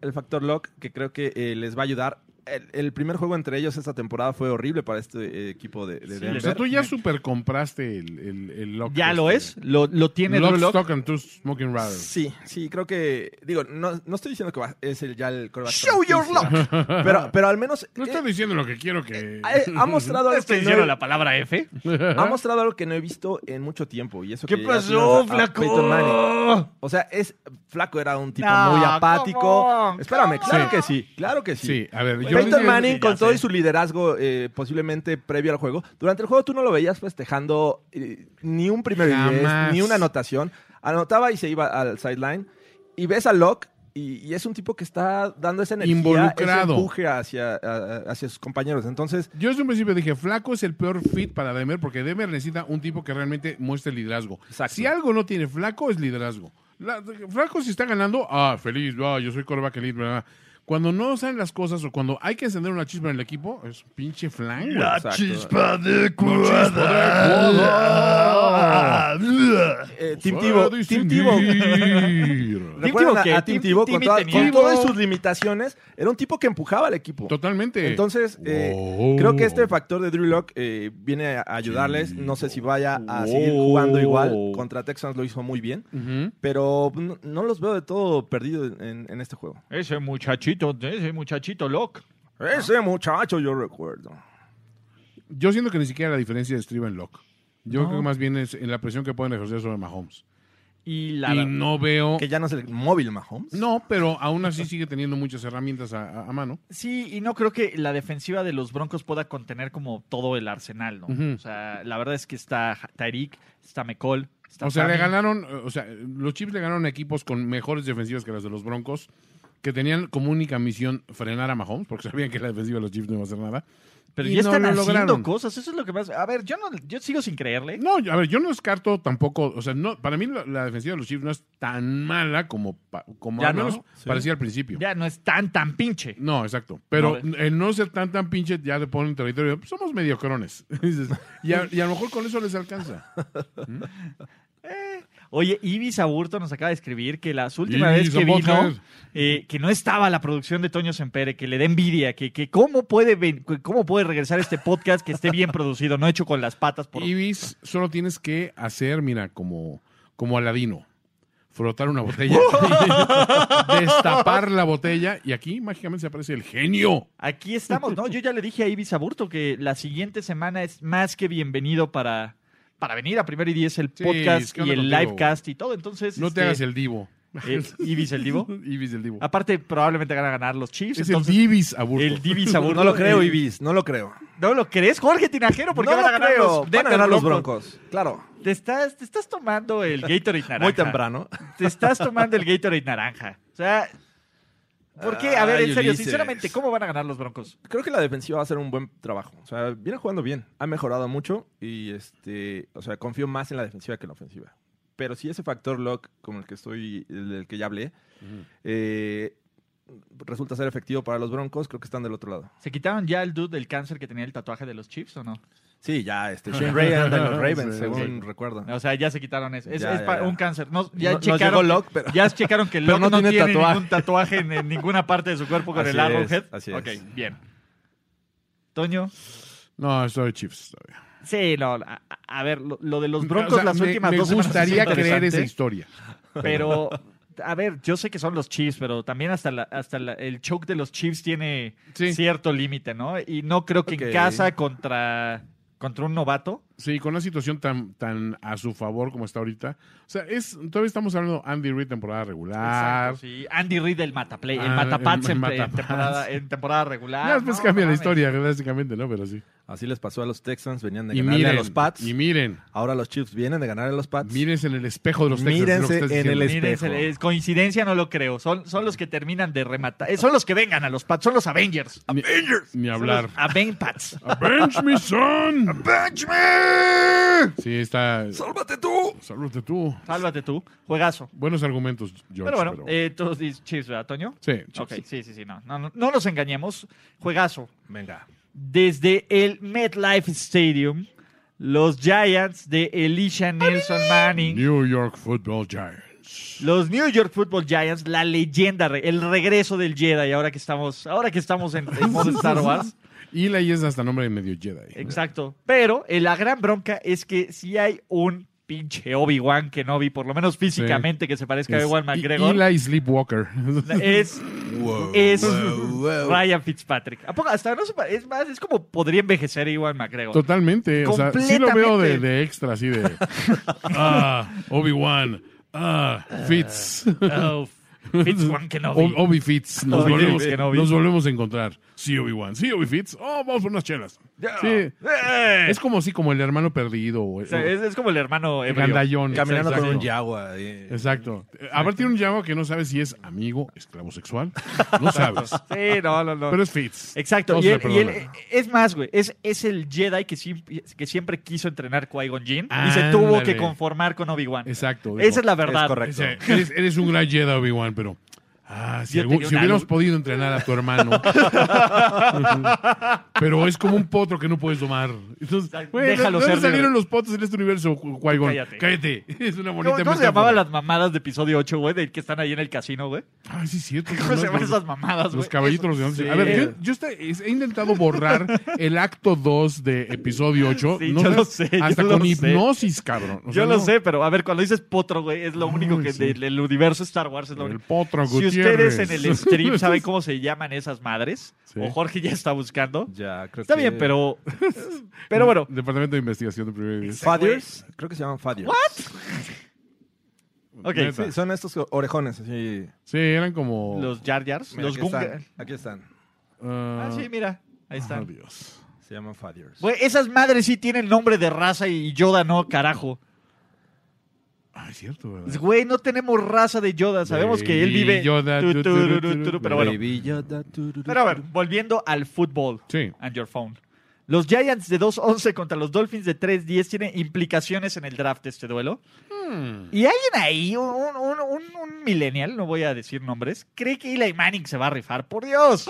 El factor lock que creo que eh, les va a ayudar. El, el primer juego entre ellos esta temporada fue horrible para este eh, equipo de, de
O
Denver.
sea, tú ya super compraste el, el, el lock
Ya lo es,
este.
lo, lo tiene
Lock,
Drew Lock.
stock and two smoking rattles.
Sí, sí, creo que. Digo, no, no estoy diciendo que va- es el, ya el quarterback
Show your
franquicia, Pero, pero al menos.
No
eh,
estoy diciendo lo que quiero que...
eh, ha mostrado algo
¿Es que
que no
hicieron
he,
Este la palabra F?
ha mostrado algo que no he visto en mucho tiempo. Y eso
¿Qué
que ya
pasó,
tenemos a- a Peyton Manning.
flaco?
O sea, es flaco era un tipo
No,
muy apático.
come on,
Espérame,
come
claro
on.
que sí, claro que sí.
Sí, a ver, yo...
Peyton Manning,
ya
con
sé.
todo y su liderazgo eh, posiblemente previo al juego, durante el juego tú no lo veías festejando eh, ni un primer diez,
Jamás.
ni una anotación. Anotaba y se iba al sideline. Y ves a Locke y, y es un tipo que está dando esa energía,
Involucrado.
ese empuje hacia, a- a- hacia sus compañeros. Entonces,
Yo desde un principio dije, Flaco es el peor fit para Demer porque Demer necesita un tipo que realmente muestre liderazgo.
Exacto.
Si algo no tiene Flaco, es liderazgo. La- flaco si está ganando, ah, feliz, ah, yo soy coreback elite, bla, bla. Cuando no salen las cosas o cuando hay que encender una chispa en el equipo, es un pinche flan, güey.
exacto.
adecuada.
eh, Tim Tebow,
Puede
Tim Tebow.
distinguir.
¿Recuerdan
Tebow
a-
qué?
a Tim
Tim-
Tebow con,
Timmy
toda-
tenía-
con todas sus limitaciones? Era un tipo que empujaba al equipo.
Totalmente.
Entonces, eh,
Wow.
creo que este factor de Drew Lock viene a ayudarles. No sé si vaya a seguir
Oh.
jugando igual. Contra Texans lo hizo muy bien.
Ujú.
Pero no, no los veo de todo perdido en, en este juego.
Ese muchachito, ese muchachito Lock.
Ese muchacho yo recuerdo.
Yo siento que ni siquiera la diferencia estriba en Locke. Yo
No.
creo que más bien es en la presión que pueden ejercer sobre Mahomes.
Y la...
y no veo.
Que ya no es el móvil Mahomes.
No, pero aún así sigue teniendo muchas herramientas a, a- a mano.
Sí, y no creo que la defensiva de los Broncos pueda contener como todo el arsenal, ¿no?
Ujú.
O sea, la verdad es que está Tarik, está McCall, está
O sea, le
Fanning.
ganaron, eh, o sea, los Chips le ganaron a equipos con mejores defensivas que las de los Broncos, que tenían como única misión frenar a Mahomes, porque sabían que la defensiva de los Chips no iba a hacer nada.
Pero
y
ya
no
están
lo
haciendo
lograron.
cosas, eso es lo que más... A ver, yo, no, yo sigo sin creerle.
No, yo- a ver, yo no descarto tampoco, o sea, no, para mí la, la defensiva de los Chips no es tan mala como, pa- como
Ya
al
no,
menos parecía al principio.
Ya no es tan, tan pinche.
No, exacto. Pero
No,
el no ser tan tan pinche ya te pone en territorio. pues, somos mediocrones. Dices, y, a, y a lo mejor con eso les alcanza.
Oye, Ibis Aburto nos acaba de escribir que la última
Ibis,
vez que
Aburto.
vino, eh, que no estaba la producción de Toño Sempere, que le da envidia, que, que cómo, puede ven- cómo puede regresar este podcast que esté bien producido, no hecho con las patas por...
Ibis, solo tienes que hacer, mira, como, como Aladino. Frotar una botella, destapar la botella y aquí mágicamente se aparece el genio.
Aquí estamos, ¿no? Yo ya le dije a Ibis Aburto que la siguiente semana es más que bienvenido para, para venir a Primero y Diez, el
Sí, es
podcast
que
y
onda
el
contigo.
livecast y todo. Entonces,
No
este,
te hagas el divo.
eh, Ibis el Divo.
Ibis el divo.
Aparte, probablemente van a ganar los Chiefs.
Es el
Ah, pues entonces,
Divis aburto.
el Divis Aburto.
No lo creo,
Eh,
Ibis. No lo creo.
¿No lo crees, Jorge Tinajero? Porque
no
van a
lo
ganar
creo.
los,
Van a
Denver
ganar los broncos. Claro.
Te estás, te estás tomando el Gatorade naranja.
Muy temprano.
Te estás tomando el Gatorade naranja. O sea, ¿por qué? A ver,
Ay,
en serio,
Ulises.
sinceramente, ¿cómo van a ganar los broncos?
Creo que la defensiva va a hacer un buen trabajo. O sea, viene jugando bien. Ha mejorado mucho y este, o sea, confío más en la defensiva que en la ofensiva. Pero sí ese factor lock, como el que estoy, el del que ya hablé, eh, resulta ser efectivo para los Broncos. Creo que están del otro lado.
¿Se quitaron ya el dude del cáncer que tenía el tatuaje de los Chiefs o no?
Sí, ya este Shane Ray anda en los Ravens,
Sí,
según
sí.
recuerdo.
O sea, ya se quitaron eso. Es,
Ya,
es
ya,
pa-
ya.
un cáncer. No,
No-
ya,
nos llegó
checaron,
Locke, pero-
ya checaron que
pero
Locke
no
no,
tiene
tiene,
tatuaje.
ningún tatuaje en, en ninguna parte de su cuerpo con
Así
el
es,
Arrowhead.
así
ok,
es.
bien. Toño.
No, estoy chips.
Sí, no. A, a ver, lo, lo de los broncos
O sea,
las
me,
últimas
me
dos semanas es
gustaría creer
interesante,
esa historia.
Pero, a ver, yo sé que son los Chiefs, pero también hasta, la- hasta la- el choke de los Chiefs tiene
Sí.
cierto límite, ¿no? Y no creo que
Ok.
en casa contra, contra un novato.
Sí, con una situación tan, tan a su favor como está ahorita. O sea, es, todavía estamos hablando Andy Reid temporada regular.
Exacto, sí. Andy Reid el Mataplay, el
Ah,
Matapats
el
en,
Matapats.
en temporada, en temporada regular.
Ya después
Ah, No,
cambia la
mames.
historia, drásticamente, ¿no? Pero sí.
Así les pasó a los Texans, venían de
Y
ganarle
miren,
a los Pats.
y miren,
Ahora los Chiefs vienen de ganar a los Pats.
mírense en el espejo de los Texans.
Mírense
es lo que estás
en
diciendo.
el
Miren,
espejo.
es coincidencia, no lo creo. Son, son los que terminan de rematar. eh, son los que vengan a los Pats, son los Avengers.
Ni hablar.
Son los Aven Pats.
¡Avenge me, son! ¡Avenge me! Sí, está.
¡Sálvate tú!
Sálvate tú.
Sálvate tú. Juegazo.
Buenos argumentos, George.
Pero bueno, eh, todos dicen Chiefs, ¿verdad, Toño?
sí, Chiefs.
Ok, sí, sí, sí. No, no, no, no nos engañemos. Juegazo.
Venga.
Desde el MetLife Stadium, los Giants de Elisha Nelson Manning,
New York Football Giants.
los New York Football Giants, la leyenda, re- el regreso del Jedi. Ahora que estamos, ahora que estamos en, en modo Star Wars.
Y la I es hasta nombre de medio Jedi.
Eh, Exacto. Pero eh, la gran bronca es que si hay un pinche Obi-Wan Kenobi, por lo menos físicamente que se parezca a Obi-Wan McGregor,
Y Eli Sleepwalker.
es, es Ryan Fitzpatrick. ¿A poco? Hasta no se pare- es más, es como podría envejecer Obi-Wan McGregor.
Totalmente. O sea, sí lo veo de,
Completamente.
de extra, así de. Ah, Obi-Wan. Ah, Fitz.
Fitzwan Kenobi.
O- Obi Fitz. Nos,
Obi
volvemos,
Kenobi.
nos volvemos a encontrar. Sí, Obi-Wan. Sí, Obi Fitz. Oh, vamos por unas chelas. Sí. Es como así, como el hermano perdido. O,
O sea, es, es como Eh. el hermano
el
ebrio.
gandallón.
Caminando
Exacto.
con un yagua. eh.
Exacto. Aparte tiene un llamo que no sabe si es amigo, esclavo sexual. No sabes.
Sí, no, no, no.
Pero es Fitz.
Exacto.
Todo
Y
se
él-
le
y él- e,
perdona.
es más, güey. Es, es el Jedi que, siempre- que siempre quiso entrenar Qui-Gon Jinn y se tuvo
Ándale.
que conformar con Obi-Wan.
Exacto. digo,
Esa es la verdad.
Es correcto.
o sea, eres, eres un gran Jedi, Obi-Wan, pero. Ah, si,
Yo
algún-
tenía
si
una
hubiéramos
luz.
podido entrenar a tu hermano. pero es como un potro que no puedes domar. Entonces,
Exacto.
güey, ¿de-
Déjalo
¿de dónde
ser libre.
salieron los potos en este universo, Qui-Gon?
Cállate.
Cállate. Es una
¿Cómo,
bonita
cómo se
metáfora.
llamaban las mamadas de episodio 8, güey? Del que están ahí en el casino, güey.
Ah, sí, es cierto.
¿Cómo se llaman
Los-
esas mamadas, güey?
Los caballitos los grandes.
Sí.
A ver, yo, yo está- es- he intentado borrar el acto 2 de episodio 8.
Sí, yo lo sé, yo
Hasta
lo
con
sé.
hipnosis, cabrón. O sea,
Yo lo
no.
sé, pero a ver, cuando dices potro, güey, es lo único
Ay,
que
sí.
del, del universo Star Wars es lo
El
único.
potro
Si
Gutiérrez.
ustedes en el stream saben cómo se llaman esas madres,
Sí.
o Jorge ya está buscando,
Ya, creo
está
que-
bien, pero, pero bueno,
Departamento de Investigación de Primera Vez.
Fathers. Creo que se llaman Fathers.
ok.
Neta.
Sí, son estos orejones así.
Sí, eran como.
Los Jar Jars,
Mira,
los
aquí,
Gunga.
están, aquí están.
Ah, sí, mira, ahí
Ah,
están.
Dios.
Se llaman Fathers.
Güey, esas madres sí tienen nombre de raza y Yoda no, carajo.
Ah, es cierto, ¿verdad?
Güey, no tenemos raza de Yoda, sabemos que él
Baby
vive...
Yoda,
Tu, tu,
tu, tu,
ru,
tu,
tu,
tu,
pero bueno,
Baby Yoda, tururú.
Pero a ver, volviendo al fútbol
Sí.
and your phone. Los Giants de 2-11 contra los Dolphins de 3-10 tienen implicaciones en el draft de este duelo. Y alguien ahí, un, un- un- un millennial, no voy a decir nombres, cree que Eli Manning se va a rifar. ¡Por Dios!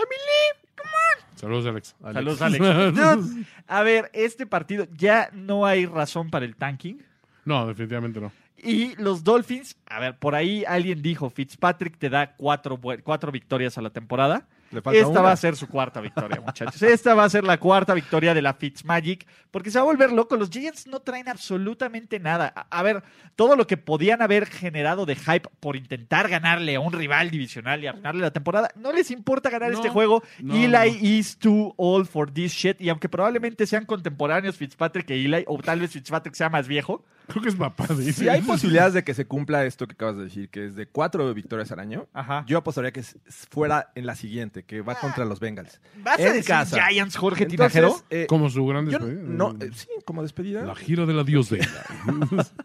Saludos, Alex.
Saludos, Alex. Dude, a ver, este partido ya no hay razón para el tanking.
No, definitivamente no.
Y los Dolphins, a ver, por ahí alguien dijo, Fitzpatrick te da cuatro, bu- cuatro victorias a la temporada.
Le falta
Esta
una.
va a ser su cuarta victoria, muchachos. Esta va a ser la cuarta victoria de la Fitzmagic, porque se va a volver loco. Los Giants no traen absolutamente nada. A, a ver, todo lo que podían haber generado de hype por intentar ganarle a un rival divisional y arruinarle la temporada, no les importa ganar
No,
este juego.
no,
Eli is too old for this shit. Y aunque probablemente sean contemporáneos Fitzpatrick e Eli, o tal vez Fitzpatrick sea más viejo,
Creo que es papá. Sí,
Si hay posibilidades de que se cumpla esto que acabas de decir, que es de cuatro victorias al año,
Ajá. Ah.
yo apostaría que s- fuera en la siguiente, que va contra los Bengals.
¿vas a
En
decir
casa.
Giants, Jorge
Entonces,
Tinajero?
eh,
Como su gran
yo
despedida.
no, eh, sí, como despedida.
La gira de la diosdela.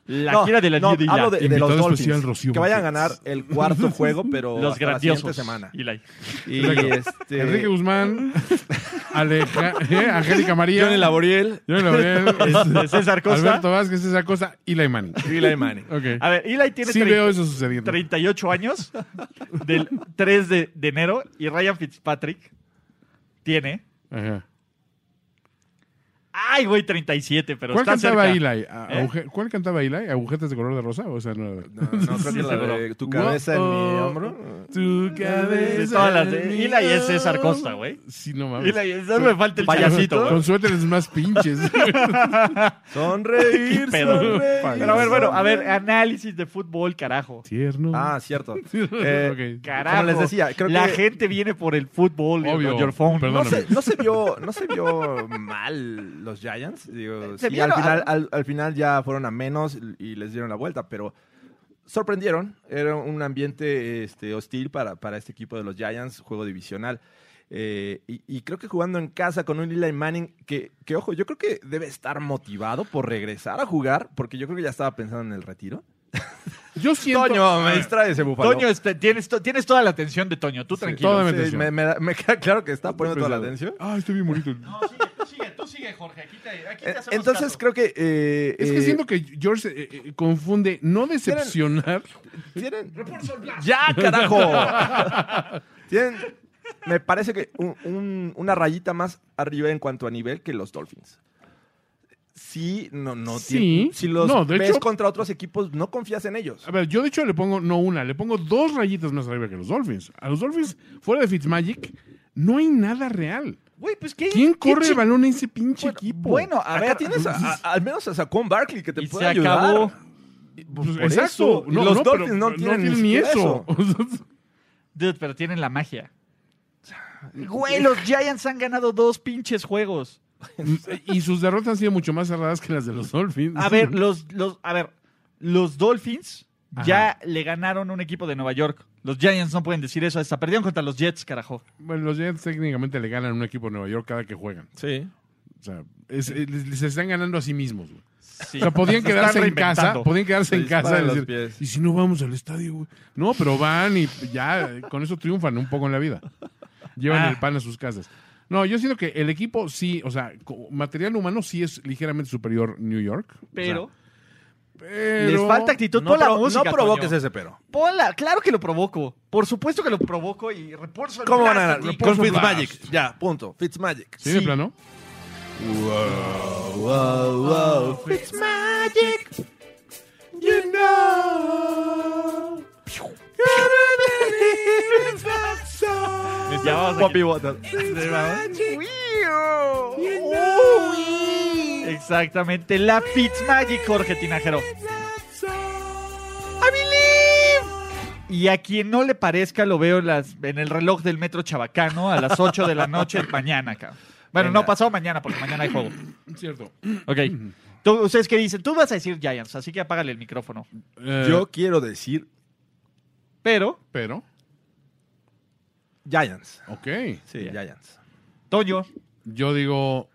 La
No,
gira de la
no,
Liga y la-
hablo de, de
Invitado
los
especial,
Dolphins,
Rocío
que vayan a ganar
Martínez.
el cuarto juego, pero
los
hasta la
grandiosos.
siguiente semana.
Eli.
Y este,
Enrique Guzmán. Aleja, eh, Angélica María.
Johnny Laboriel
Johnny Laboriel.
César Costa.
Alberto Vázquez, César Costa y Laimani.
y Eli Manning.
Ok.
A ver, Eli tiene
Sí
30
veo eso sucediendo.
38 años del 3 de, de enero y Ryan Fitzpatrick tiene.
Ajá.
Ay, güey, 37, pero
¿Cuál
está
cantaba
cerca.
Eli? A-
¿Eh?
aguje- ¿Cuál cantaba Eli? ¿Agujetas de color de rosa? O sea, no era-
No, no, creo que la
seguro. oh.
de tu cabeza en mi hombro.
Tu
De
cabeza.
todas las de- Eli es César Costa, güey.
Sí, no mames.
Eli, solo me falta el payasito, güey.
Con suéteres más pinches.
Sonreír,
pedo.
sonreír.
Pero a ver, bueno, a ver, análisis de fútbol, carajo.
Tierno.
Mm.
Ah, cierto. Eh,
Ok.
Carajo.
Como les decía, creo
la
que-
gente viene por el fútbol,
Obvio.
your- your phone.
Perdón.
No se, no se vio, no se vio mal los Giants. Digo,
Se
sí,
vieron
al final, al, al final ya fueron a menos y les dieron la vuelta, pero sorprendieron. Era un ambiente este, hostil para, para este equipo de los Giants, juego divisional. Eh, y, y creo que jugando en casa con un Eli Manning, que, que ojo, yo creo que debe estar motivado por regresar a jugar, porque yo creo que ya estaba pensando en el retiro.
Yo siento.
Toño, me distrae ese búfalo.
Toño, este, tienes, to- tienes toda la atención de Toño. Tú tranquilo.
Toda mi
Sí,
atención.
me, me da- me queda claro que está poniendo toda la atención.
Ah, estoy bien bonito.
sigue, tú sigue, tú sigue, Jorge. Aquí te, aquí
Eh, Entonces creo que... eh,
Es que
eh,
siento que George eh, eh, confunde no decepcionar.
tienen- ¡Ya, carajo! tienen, me parece que un- un- una rayita más arriba en cuanto a nivel que los Dolphins. Sí, no, no.
Sí.
tienen- si los
No, de
ves
hecho-
contra otros equipos, no confías en ellos.
A ver, yo de hecho le pongo no una, le pongo dos rayitas más arriba que los Dolphins. A los Dolphins, fuera de Fitzmagic, no hay nada real.
Güey, pues ¿qué-
¿Quién
qué
corre el
chi-
balón en ese pinche
Bueno,
equipo?
Bueno, a
Acá
ver. pues,
tienes a- a- al menos a Saquon Barkley que te
y
puede
se
ayudar.
acabó.
Pues,
por eso.
exacto.
Y los Dolphins no tienen ni siquiera
Dude, pero tienen la magia.
eh,
Güey, los Giants han ganado dos pinches juegos.
y sus derrotas han sido mucho más cerradas que las de los Dolphins.
A ver, los, los, a ver, los Dolphins ya le ganaron un equipo de Nueva York. Los Giants no pueden decir eso. Hasta perdieron contra los Jets, carajo.
Bueno, los Jets técnicamente le ganan a un equipo de Nueva York cada que juegan.
Sí.
O sea, es- eh, les- se están ganando a sí mismos. güey.
Sí.
O sea, podían
Se están
quedarse en
reinventando.
casa, podían quedarse
Se
en casa
disparan
y
los
decir,
pies.
y si no vamos al estadio, güey. No, pero van y ya eh, con eso triunfan un poco en la vida. Llevan
Ah.
el pan a sus casas. No, yo siento que el equipo sí, o sea, co- material humano sí es ligeramente superior New York. O sea,
Pero
pero-
les falta actitud. Pon la
pro-
música,
no provoques
Toño.
ese pero.
Ponla, claro que lo provoco. Por supuesto que lo provoco y reporto el
¿Cómo van a
blast
ganar?
de ti.
Con
Blast.
Fitzmagic. Ya, punto. Fitzmagic.
¿Sí, de plano?
Ya vamos a-
Poppy Water.
Exactamente, la Fitzmagic, Jorge Tinajero. Y a quien no le parezca, lo veo en, las- en el reloj del metro chabacano a las 8 de la noche mañana, acá. Bueno, no, pasado mañana, porque mañana hay juego.
Cierto.
Ok. Tú- ¿Ustedes qué dicen? Tú vas a decir Giants, así que apágale el micrófono.
Eh,
Yo quiero decir
Pero,
Pero,
Giants.
ok.
Sí, Giants.
Toño,
Yo digo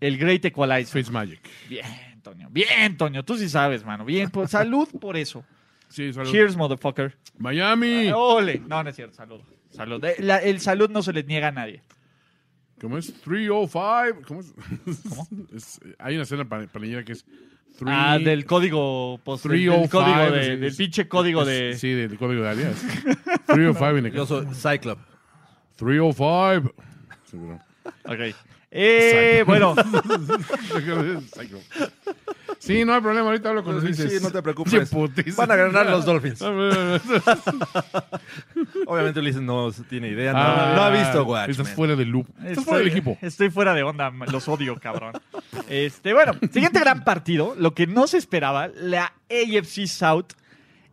el Great Equalizer.
Fitzmagic.
Bien, Toño. Bien, Toño. Tú sí sabes, mano. Bien. Pues, salud por eso.
Sí, salud.
Cheers, motherfucker.
Miami.
Ole. No, no es cierto. Salud. Salud. Eh, la- el salud no se le niega a nadie.
¿Cómo es? 305. ¿Cómo es? Es- hay una escena pa- panillera que es. three-
Ah, del código post, del- del
305,
código de-
sí,
del
sí.
pinche código
es-
de
Sí, del código de área. es 305 en el
Yo soy Cyclop.
305. Sí, perdón.
Ok. Eh, bueno,
Sí, no hay problema. Ahorita hablo con los
Sí,
dices.
no te
Che,
preocupes.
putis.
Van a ganar los Dolphins.
Ah,
Obviamente Ulises no tiene idea. No,
Ah,
no ha visto Watchmen.
Estás fuera del loop. Estás fuera del equipo.
Estoy fuera de onda, m- los odio, cabrón. Este, bueno, siguiente gran partido, lo que no se esperaba, la AFC South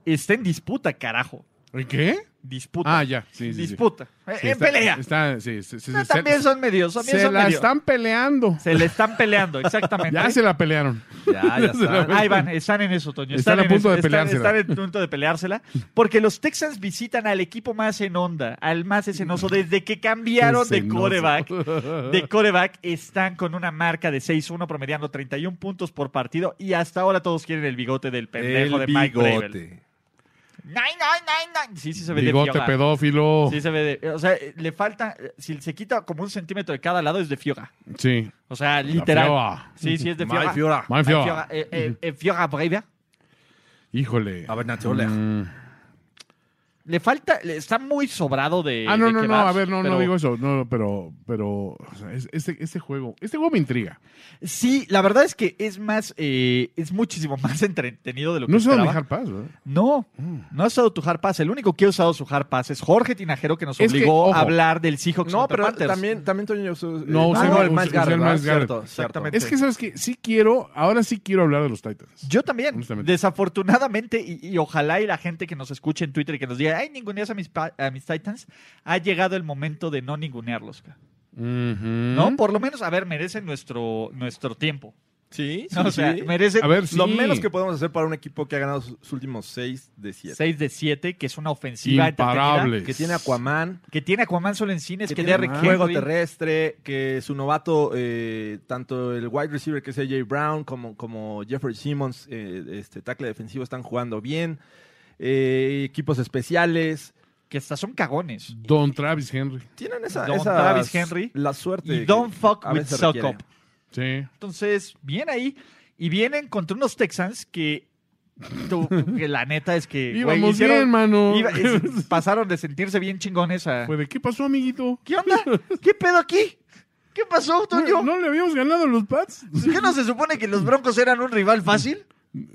está en disputa, carajo.
¿Qué?
Disputa.
Ah, ya. Sí, sí, sí.
disputa. Eh,
Sí,
en
está-
pelea.
Está, sí, sí, sí,
No,
se-
también son medios, también
se
son
la
medios.
están peleando.
Se le están peleando, exactamente.
Ya se la pelearon.
Ya, ya está.
Ahí van, están en eso, Toño.
Están a
en
punto
eso,
de peleársela.
Están, están en punto de peleársela. Porque los Texans visitan al equipo más en onda, al más escenoso. Desde que cambiaron de
Escenoso.
coreback, de coreback están con una marca de 6-1, promediando 31 puntos por partido. Y hasta ahora todos quieren el bigote del pendejo de Mike Bravel. Nine, nine, nine, nine. Sí, sí se ve de
Bigote
Fioga.
pedófilo.
Sí se ve de- O sea, le falta. Si se quita como un centímetro de cada lado, es de Fioga.
Sí.
O sea, literal.
Fioga.
Sí, sí, es de
Mike
Fioga.
Fioga.
Mike Fioga.
Eh, eh, eh, Fioga Bravel.
Híjole.
A ver, Nacho, lea.
Mm.
Le falta, le- está muy sobrado de.
Ah, no,
de
no,
que
no,
vas,
a ver, no,
pero-
no digo eso, no, pero, pero, o sea, es- este, este juego, este juego me intriga.
Sí, la verdad es que es más, eh, es muchísimo más entretenido de lo que
No sé dónde
esperaba.
dejar ¿eh? Mm. paz, ¿verdad?
No, no ha usado tu hard pass. El único que ha usado su hard pass es Jorge Tinajero, que nos
Es que,
obligó
ojo,
a hablar del Seahawks
No,
contra
pero
Panthers.
también, también Toño yo soy-
No,
eh,
usé
no,
el-
el
usé-
más
usé el Miles Garrett.
Cierto,
Exactamente.
Es que, ¿sabes que Sí quiero, ahora sí quiero hablar de los Titans.
Yo también,
Honestamente.
desafortunadamente, y, y ojalá y la gente que nos escuche en Twitter y que nos diga, ay, ninguneas a mis, pa- a mis Titans, ha llegado el momento de no ningunearlos. ca. ¿No? pues, Por lo menos, a ver, merecen nuestro, nuestro tiempo.
Sí,
O sea, merecen
A ver, sí.
Lo menos que podemos hacer para un equipo que ha ganado sus últimos 6 de 7.
6 de 7, que es una ofensiva
Imparables.
imparable.
Que tiene Aquaman,
Que tiene a Aquaman solo en cines,
que,
que,
tiene
Derrick
juego
Henry.
terrestre, que su novato, eh, tanto el wide receiver que es AJ Brown como, como Jeffrey Simmons, eh, este tackle defensivo, están jugando bien. eh, equipos especiales.
Que hasta son cagones.
Don Travis Henry.
Tienen esa,
Don
esas-
Travis Henry
la suerte.
Y
que
don't fuck
a
with
veces
suck
requiere.
up.
Sí.
Entonces, bien ahí. Y vienen contra unos Texans que. tú- que la neta es que. güey,
Íbamos
hicieron-
bien, mano.
iba- es- pasaron de sentirse bien chingones a.
Fue de, ¿qué pasó, amiguito?
¿Qué onda? ¿Qué pedo aquí? ¿Qué pasó, Toño?
¿No, no le habíamos ganado a los Pats?
¿Qué no se supone que los Broncos eran un rival fácil?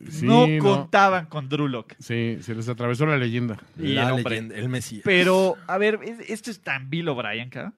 Sí,
no,
no.
contaban con Drew Lock.
Sí, se les atravesó la leyenda.
Y
La
el hombre.
leyenda, el Messi.
Pero, a ver, es- esto es tan Bill O'Brien, cara.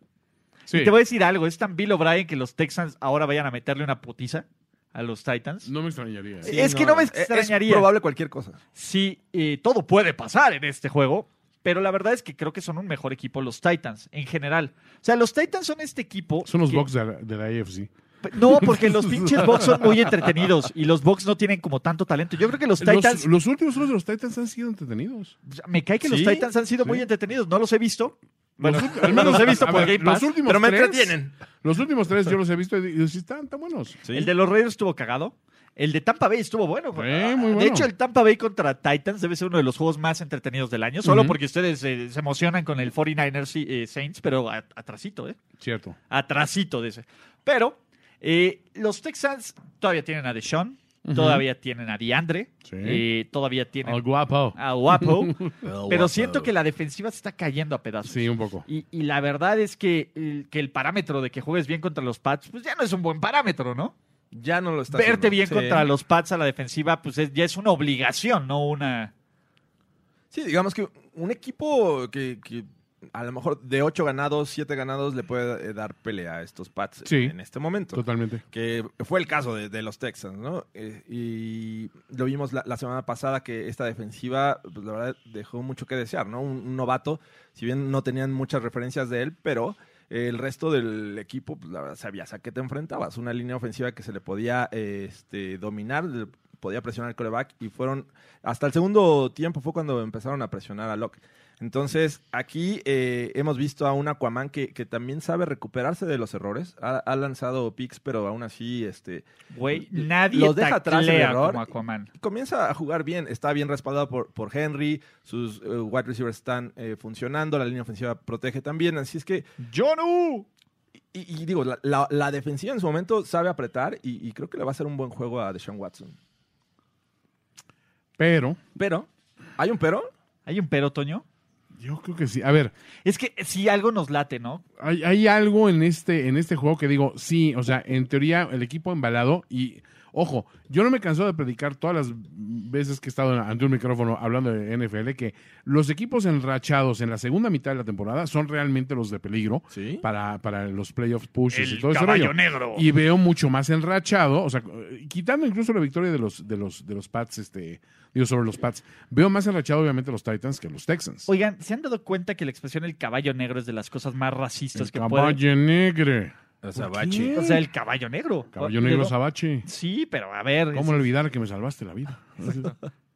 Sí.
Te voy a decir algo, es tan Bill O'Brien que los Texans ahora vayan a meterle una putiza a los Titans.
No me extrañaría. ¿eh?
Sí. Es que no me extrañaría.
eh, Es probable cualquier cosa.
Sí, eh, todo puede pasar en este juego, pero la verdad es que creo que son un mejor equipo los Titans en general. O sea, los Titans son este equipo.
Son los
que-
Bucks de la, de la AFC.
No, porque los pinches Bucks son muy entretenidos y los Bucks no tienen como tanto talento. Yo creo que los Titans,
Los, los últimos juegos de los Titans han sido entretenidos.
me cae que
¿Sí?
los Titans han sido muy entretenidos. No los he visto. Bueno,
Los-
al menos los he visto
a
por
ver,
Game Pass.
Los últimos
Pero me
tres,
entretienen.
Los últimos tres yo los he visto y digo, sí, están tan buenos.
El de los Raiders estuvo cagado. El de Tampa Bay estuvo bueno.
Eh, muy
De
bueno.
hecho, el Tampa Bay contra Titans debe ser uno de los juegos más entretenidos del año, solo
Ujú.
porque ustedes eh, se emocionan con el 49ers y, eh, Saints, pero a- atrasito, ¿eh?
Cierto.
Atrasito de ese. Pero eh, los Texans todavía tienen a Deshaun, todavía tienen a DeAndre,
Sí.
eh, todavía tienen
Al guapo.
a Guapo, pero siento que la defensiva se está cayendo a pedazos.
Sí, un poco.
Y, y la verdad es que, el- que el parámetro de que juegues bien contra los Pats, pues ya no es un buen parámetro, ¿no?
Ya no lo está
Verte
haciendo.
bien
Sí.
contra los Pats a la defensiva, pues es- ya es una obligación, no una.
Sí, digamos que un equipo que, que a lo mejor de 8 ganados, 7 ganados le puede eh, dar pelea a estos Pats
Sí.
en este momento.
Totalmente.
Que fue el caso de, de los Texans, ¿no? Eh, y lo vimos la, la semana pasada que esta defensiva, pues la verdad, dejó mucho que desear, ¿no? Un, un novato, si bien no tenían muchas referencias de él, pero eh, el resto del equipo, pues la verdad, sabías a qué te enfrentabas. Una línea ofensiva que se le podía eh, este, dominar, le podía presionar al coreback y fueron hasta el segundo tiempo fue cuando empezaron a presionar a Locke. Entonces, aquí eh, hemos visto a un Aquaman que, que también sabe recuperarse de los errores. Ha, ha lanzado picks, pero aún así este,
Güey, nadie
Los deja atrás el
taclea
error.
como Aquaman.
comienza a jugar bien. Está bien respaldado por, por Henry. Sus eh, wide receivers están eh, funcionando. La línea ofensiva protege también. Así es que
¡Jonu!
y, y digo, la, la- la defensiva en su momento sabe apretar y, y creo que le va a hacer un buen juego a Deshaun Watson.
Pero
Pero, ¿hay un pero?
¿Hay un pero, Toño?
yo creo que sí. A ver,
Es que si algo nos late, ¿no?
hay, hay algo en este, en este juego que digo, sí, o sea, en teoría el equipo embalado y, ojo, yo no me canso de predicar todas las veces que he estado ante un micrófono hablando de NFL que los equipos enrachados en la segunda mitad de la temporada son realmente los de peligro
Sí.
para, para los playoffs pushes y
El
todo ese
caballo
rollo.
negro.
Y veo mucho más enrachado, o sea, quitando incluso la victoria de los, de los, de los Pats, este, digo, sobre los Pats, veo más enrachado obviamente los Titans que los Texans.
Oigan, ¿se han dado cuenta que la expresión el caballo negro es de las cosas más racistas pues
el
que pueden?
caballo negro.
O sea, el caballo negro.
Caballo
Pero-
negro Sabache.
Sí, pero a ver.
¿Cómo olvidar que me salvaste la vida?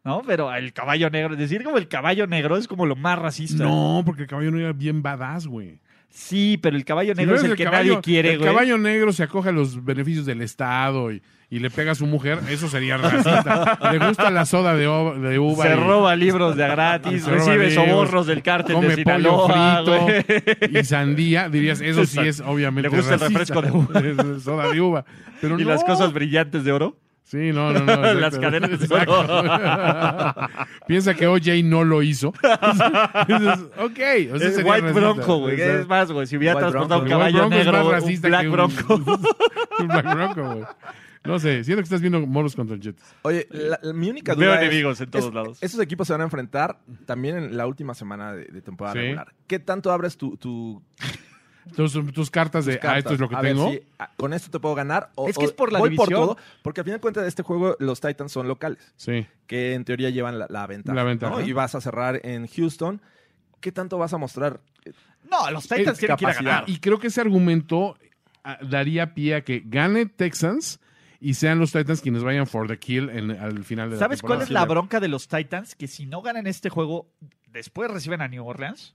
No, pero el caballo negro. Decir como el caballo negro es como lo más racista.
No, porque el caballo negro era bien badass, güey.
Sí, pero el caballo
Si
negro
no
es el, que nadie quiere,
El
güey.
caballo negro se acoge a los beneficios del Estado y, y le pega a su mujer, eso sería racista. le gusta la soda de, o- de uva.
Se
y
roba libros de a gratis,
Se roba
recibe
libros,
sobornos del cártel de
Come pollo
Sinaloa, güey.
frito y sandía. Dirías, eso sí es obviamente
Le gusta el
racista.
refresco de uva.
Es soda de uva. Pero
y
no.
las cosas brillantes de oro.
Sí, no, no, no.
Las
exacto.
cadenas de
Exacto. Piensa que OJ no lo hizo. Dices, ok. o sea,
Es
Pues sería
White
racista.
Bronco, güey.
Exacto.
Es más, güey, si hubiera
White
transportado un
Bronco.
El
caballo
White Bronco es
negro,
más
güey, un
racista
Black
que
Bronco.
un Black Bronco, güey. No sé, siento que estás viendo moros contra Jets.
Oye, la- la- mi única
Veo
duda es-
enemigos en todos
es-
lados.
Esos equipos se van a enfrentar también en la última semana de, de temporada
Sí.
regular. ¿Qué tanto abres tu, tu
Tus, tus cartas de, ah,
cartas?
esto es lo que
A ver
tengo.
si, ah, con esto te puedo ganar o,
Es que es
o
por la
voy
división.
por todo, porque al final de cuentas de este juego los Titans son locales,
Sí.
que en teoría llevan la, la ventaja,
La ventaja.
¿no? Y vas a cerrar en Houston. ¿Qué tanto vas a mostrar?
No, los Titans
Es
tienen que ir a
capacidad.
ganar.
Y creo que ese argumento ah, daría pie a que gane Texans y sean los Titans quienes vayan for the kill en- al final de la
¿Sabes cuál
temporada.
es la bronca de los Titans? Que si no ganan este juego, después reciben a New Orleans.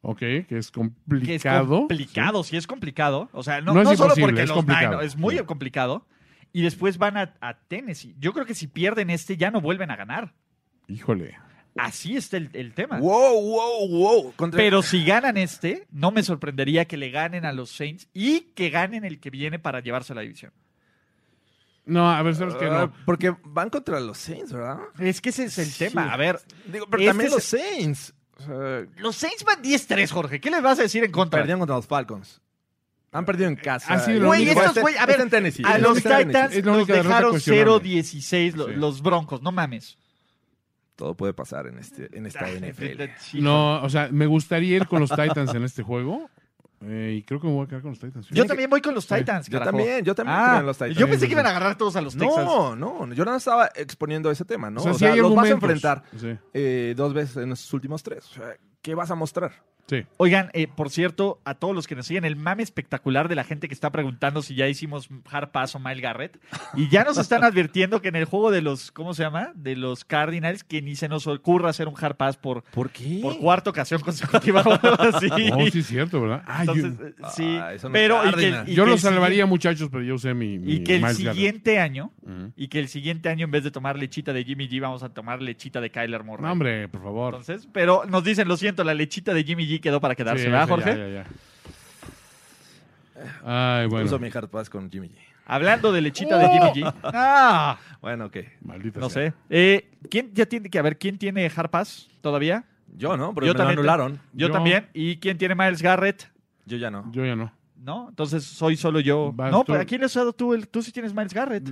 Ok, que es
Que es
complicado.
complicado, sí es complicado. O sea, no,
No es
no solo
imposible,
porque
es
los
complicado.
Niners- es muy
Sí.
complicado. Y después van a, a Tennessee. Yo creo que si pierden este, ya no vuelven a ganar.
Híjole.
Así está el, el tema.
Wow, wow, wow. Contra-
Pero si ganan este, no me sorprendería que le ganen a los Saints y que ganen el que viene para llevarse la división.
No, a ver, sabes que
Ah,
no.
Porque van contra los Saints, ¿verdad?
Es que ese es el tema. A ver,
Digo, pero
Este
también
es-
los Saints. O sea,
los Saints van 10-3, Jorge. ¿Qué les vas a decir en contra?
perdieron contra los Falcons. Han perdido en casa.
Ha sido lo
Güey,
único-
estos
Este-
güey, a
este
ver,
en Tennessee.
a
Este
los
está en Tennessee.
Titans
Es la
los
única derrota
dejaron
cuestionable.
0-16 lo-
Sí.
los Broncos, no mames.
Todo puede pasar en, este, en esta NFL.
No, o sea, me gustaría ir con los Titans en este juego. eh, y creo que me voy a quedar con los Titans.
Yo
Fíjate
también voy con los Titans,
Yo
carajo.
también, yo también
Ah,
creo en los Titans.
Yo pensé que iban a agarrar todos a los Texans.
No, no, yo no estaba exponiendo ese tema, ¿no?
O sea, sí hay
los vas a
argumentos.
enfrentar
Sí.
eh, dos veces en los últimos tres. O sea, ¿Qué vas a mostrar?
Sí.
Oigan, eh, por cierto, a todos los que nos siguen, el mame espectacular de la gente que está preguntando si ya hicimos hard pass o Mile Garrett. Y ya nos están advirtiendo que en el juego de los, ¿cómo se llama? De los Cardinals, que ni se nos ocurra hacer un hard pass por,
¿Por qué?
por cuarta ocasión consecutiva o algo así.
Oh, sí, es cierto, ¿verdad? Ah, yo-
Entonces, eh, sí,
Ah, eso no es
pero y que,
Cardinals.
y
yo
que
lo
el
salvaría, muchachos, pero yo usé mi. mi
Y que el
Miles Garrett.
siguiente año,
Ujú.
y que el siguiente año, en vez de tomar lechita de Jimmy G, vamos a tomar lechita de Kyler Murray.
No, hombre, por favor.
Entonces, pero nos dicen, lo siento, la lechita de Jimmy G quedó para quedarse,
Sí,
¿verdad,
sí,
Jorge?
ya, ya, ya. Ay,
Uso
bueno.
mi hard pass con Jimmy G.
Hablando de lechita de Jimmy G. Ah,
Bueno, ok.
Maldita
no
sea.
sé. Eh, ¿Quién ya tiene que a ver quién tiene Hard Pass todavía?
Yo no, porque
Yo
me lo
también te-
anularon.
Yo,
Yo.
también. ¿Y quién tiene Miles Garrett?
Yo ya no.
Yo ya no.
¿No? Entonces soy solo yo.
Vas
no,
tú. Mm.
pero ¿a quién le has dado tú? El, tú sí tienes Miles Garrett.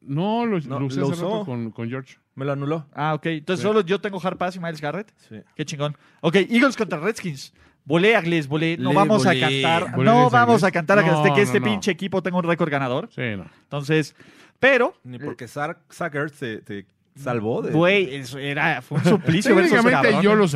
No, lo,
No,
lo usé
lo
hace rato
usó.
con, con George.
Me lo anuló.
Ah, ok. Entonces solo yo tengo Hard Pass y Miles Garrett.
Sí.
Qué chingón. Ok, Eagles contra Redskins. Volé, Agles, volé. No
Le
vamos
volé.
a cantar.
Volé,
no
Agles,
vamos a
Agles.
cantar
No,
hasta que
no,
este
no.
pinche equipo tenga un récord ganador.
Sí, no.
Entonces, pero,
Ni porque Sark Sackers te, te salvó de.
güey, eso era, fue un suplicio ver esos
Técnicamente
cabrones. Ah,
yo lo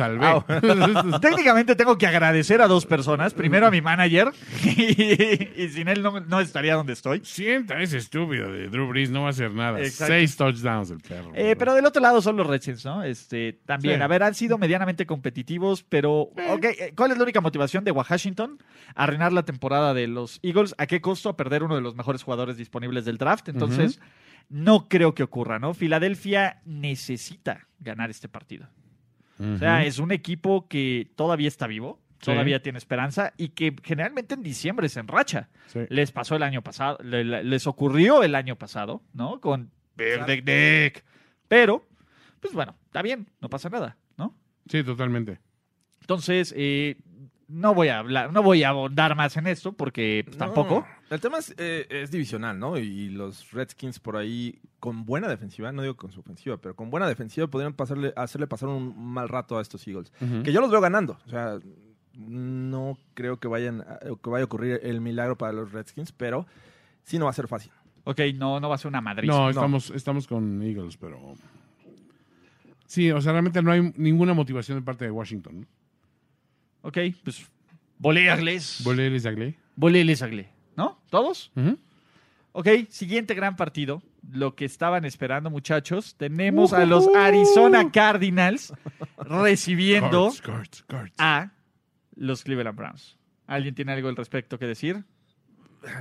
salvé.
Técnicamente tengo que agradecer a dos personas. Primero a mi manager. Y, y sin él no, no estaría donde estoy.
Sienta ese estúpido de Drew Brees, no va a hacer nada.
Exacto.
Seis touchdowns el perro.
Eh, pero del otro lado son los Redskins, ¿no? Este, también,
Sí.
a ver, han sido medianamente competitivos, pero, ok, eh, ¿cuál es la única motivación de Washington? Arruinar la temporada de los Eagles. ¿A qué costo? A perder uno de los mejores jugadores disponibles del draft. Entonces, no creo que ocurra, ¿no? Filadelfia necesita ganar este partido.
Ujú.
O sea, es un equipo que todavía está vivo,
Sí.
todavía tiene esperanza y que generalmente en diciembre se enracha.
Sí.
Les pasó el año pasado, le- le- les ocurrió el año pasado, ¿no? Con Big Dick Dick. Pero, pues bueno, está bien, no pasa nada, ¿no?
Sí, totalmente.
Entonces, eh, no voy a hablar, no voy a abundar más en esto porque pues,
No.
tampoco.
El tema es, eh, es divisional, ¿no? Y, y los Redskins por ahí, con buena defensiva, no digo con su ofensiva, pero con buena defensiva podrían pasarle, hacerle pasar un mal rato a estos Eagles.
Ujú.
Que yo los veo ganando. O sea, no creo que vayan a- que vaya a ocurrir el milagro para los Redskins, pero sí no va a ser fácil.
Ok, no, no va a ser una Madrid.
No, estamos, estamos con Eagles, pero. Sí, o sea, realmente no hay ninguna motivación de parte de Washington. ¿no?
Ok, pues volearles.
¿Vuelve Ellis Agley?
Volearles, Agle. ¿No? ¿Todos?
Ujú.
Ok, siguiente gran partido. Lo que estaban esperando, muchachos. Tenemos a los Arizona Cardinals recibiendo
Cards, cards, cards.
a los Cleveland Browns. ¿Alguien tiene algo al respecto que decir?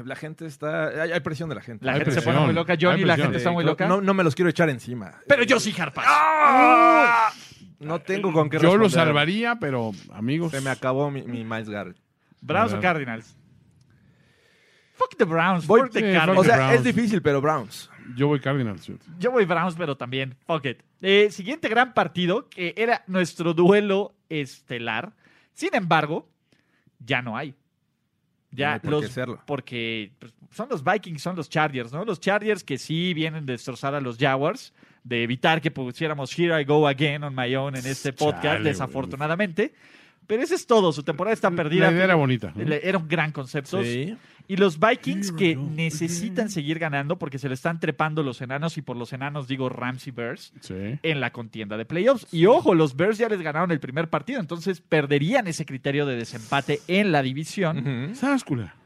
La gente está. Hay, hay presión de la gente.
La
Hay
gente se
presión,
pone muy loca,
hay
Johnny. La
presión.
gente está muy
no-
loca.
No, no me los quiero echar encima.
pero yo sí, Harpas.
No tengo con qué
Yo lo
responder.
salvaría, pero amigos.
Se me acabó mi, mi Miles Garrett.
¿Browns o
Verdad. Cardinals?
Cardinals? Fuck the Browns.
Voy-
fuck the
Sí,
Cardinals.
fuck
O sea,
Browns.
es difícil, pero Browns.
Yo voy Cardinals. sí.
Yo voy Browns, pero también. Fuck it. Eh, siguiente gran partido, que era nuestro duelo estelar. Sin embargo, ya no hay. Ya
No hay por
los,
qué serlo.
Porque pues, son los Vikings, son los Chargers, ¿no? Los Chargers que sí vienen de destrozar a los Jaguars, de evitar que pusiéramos Here I Go Again on My Own en este podcast,
Chale, güey.
desafortunadamente. Pero ese es todo, su temporada está perdida.
La idea era bonita. ¿no?
Le- Era un gran concepto.
Sí.
Y los Vikings
Here
que
I go
necesitan seguir ganando porque se le están trepando los enanos y por los enanos digo Ramsey Bears
Sí.
en la contienda de playoffs. Y ojo, los Bears ya les ganaron el primer partido, entonces perderían ese criterio de desempate en la división.
Ujú.
Sáscula.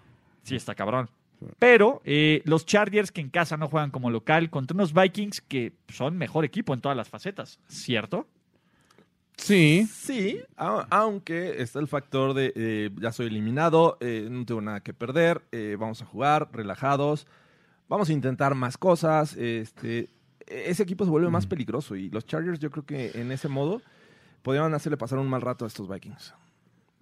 Sí, está cabrón. Pero eh, los Chargers que en casa no juegan como local contra unos Vikings que son mejor equipo en todas las facetas, ¿cierto?
Sí.
Sí, a- aunque está el factor de eh, ya soy eliminado, eh, no tengo nada que perder, eh, vamos a jugar relajados, vamos a intentar más cosas. Este, ese equipo se vuelve más peligroso y los Chargers yo creo que en ese modo podían hacerle pasar un mal rato a estos Vikings.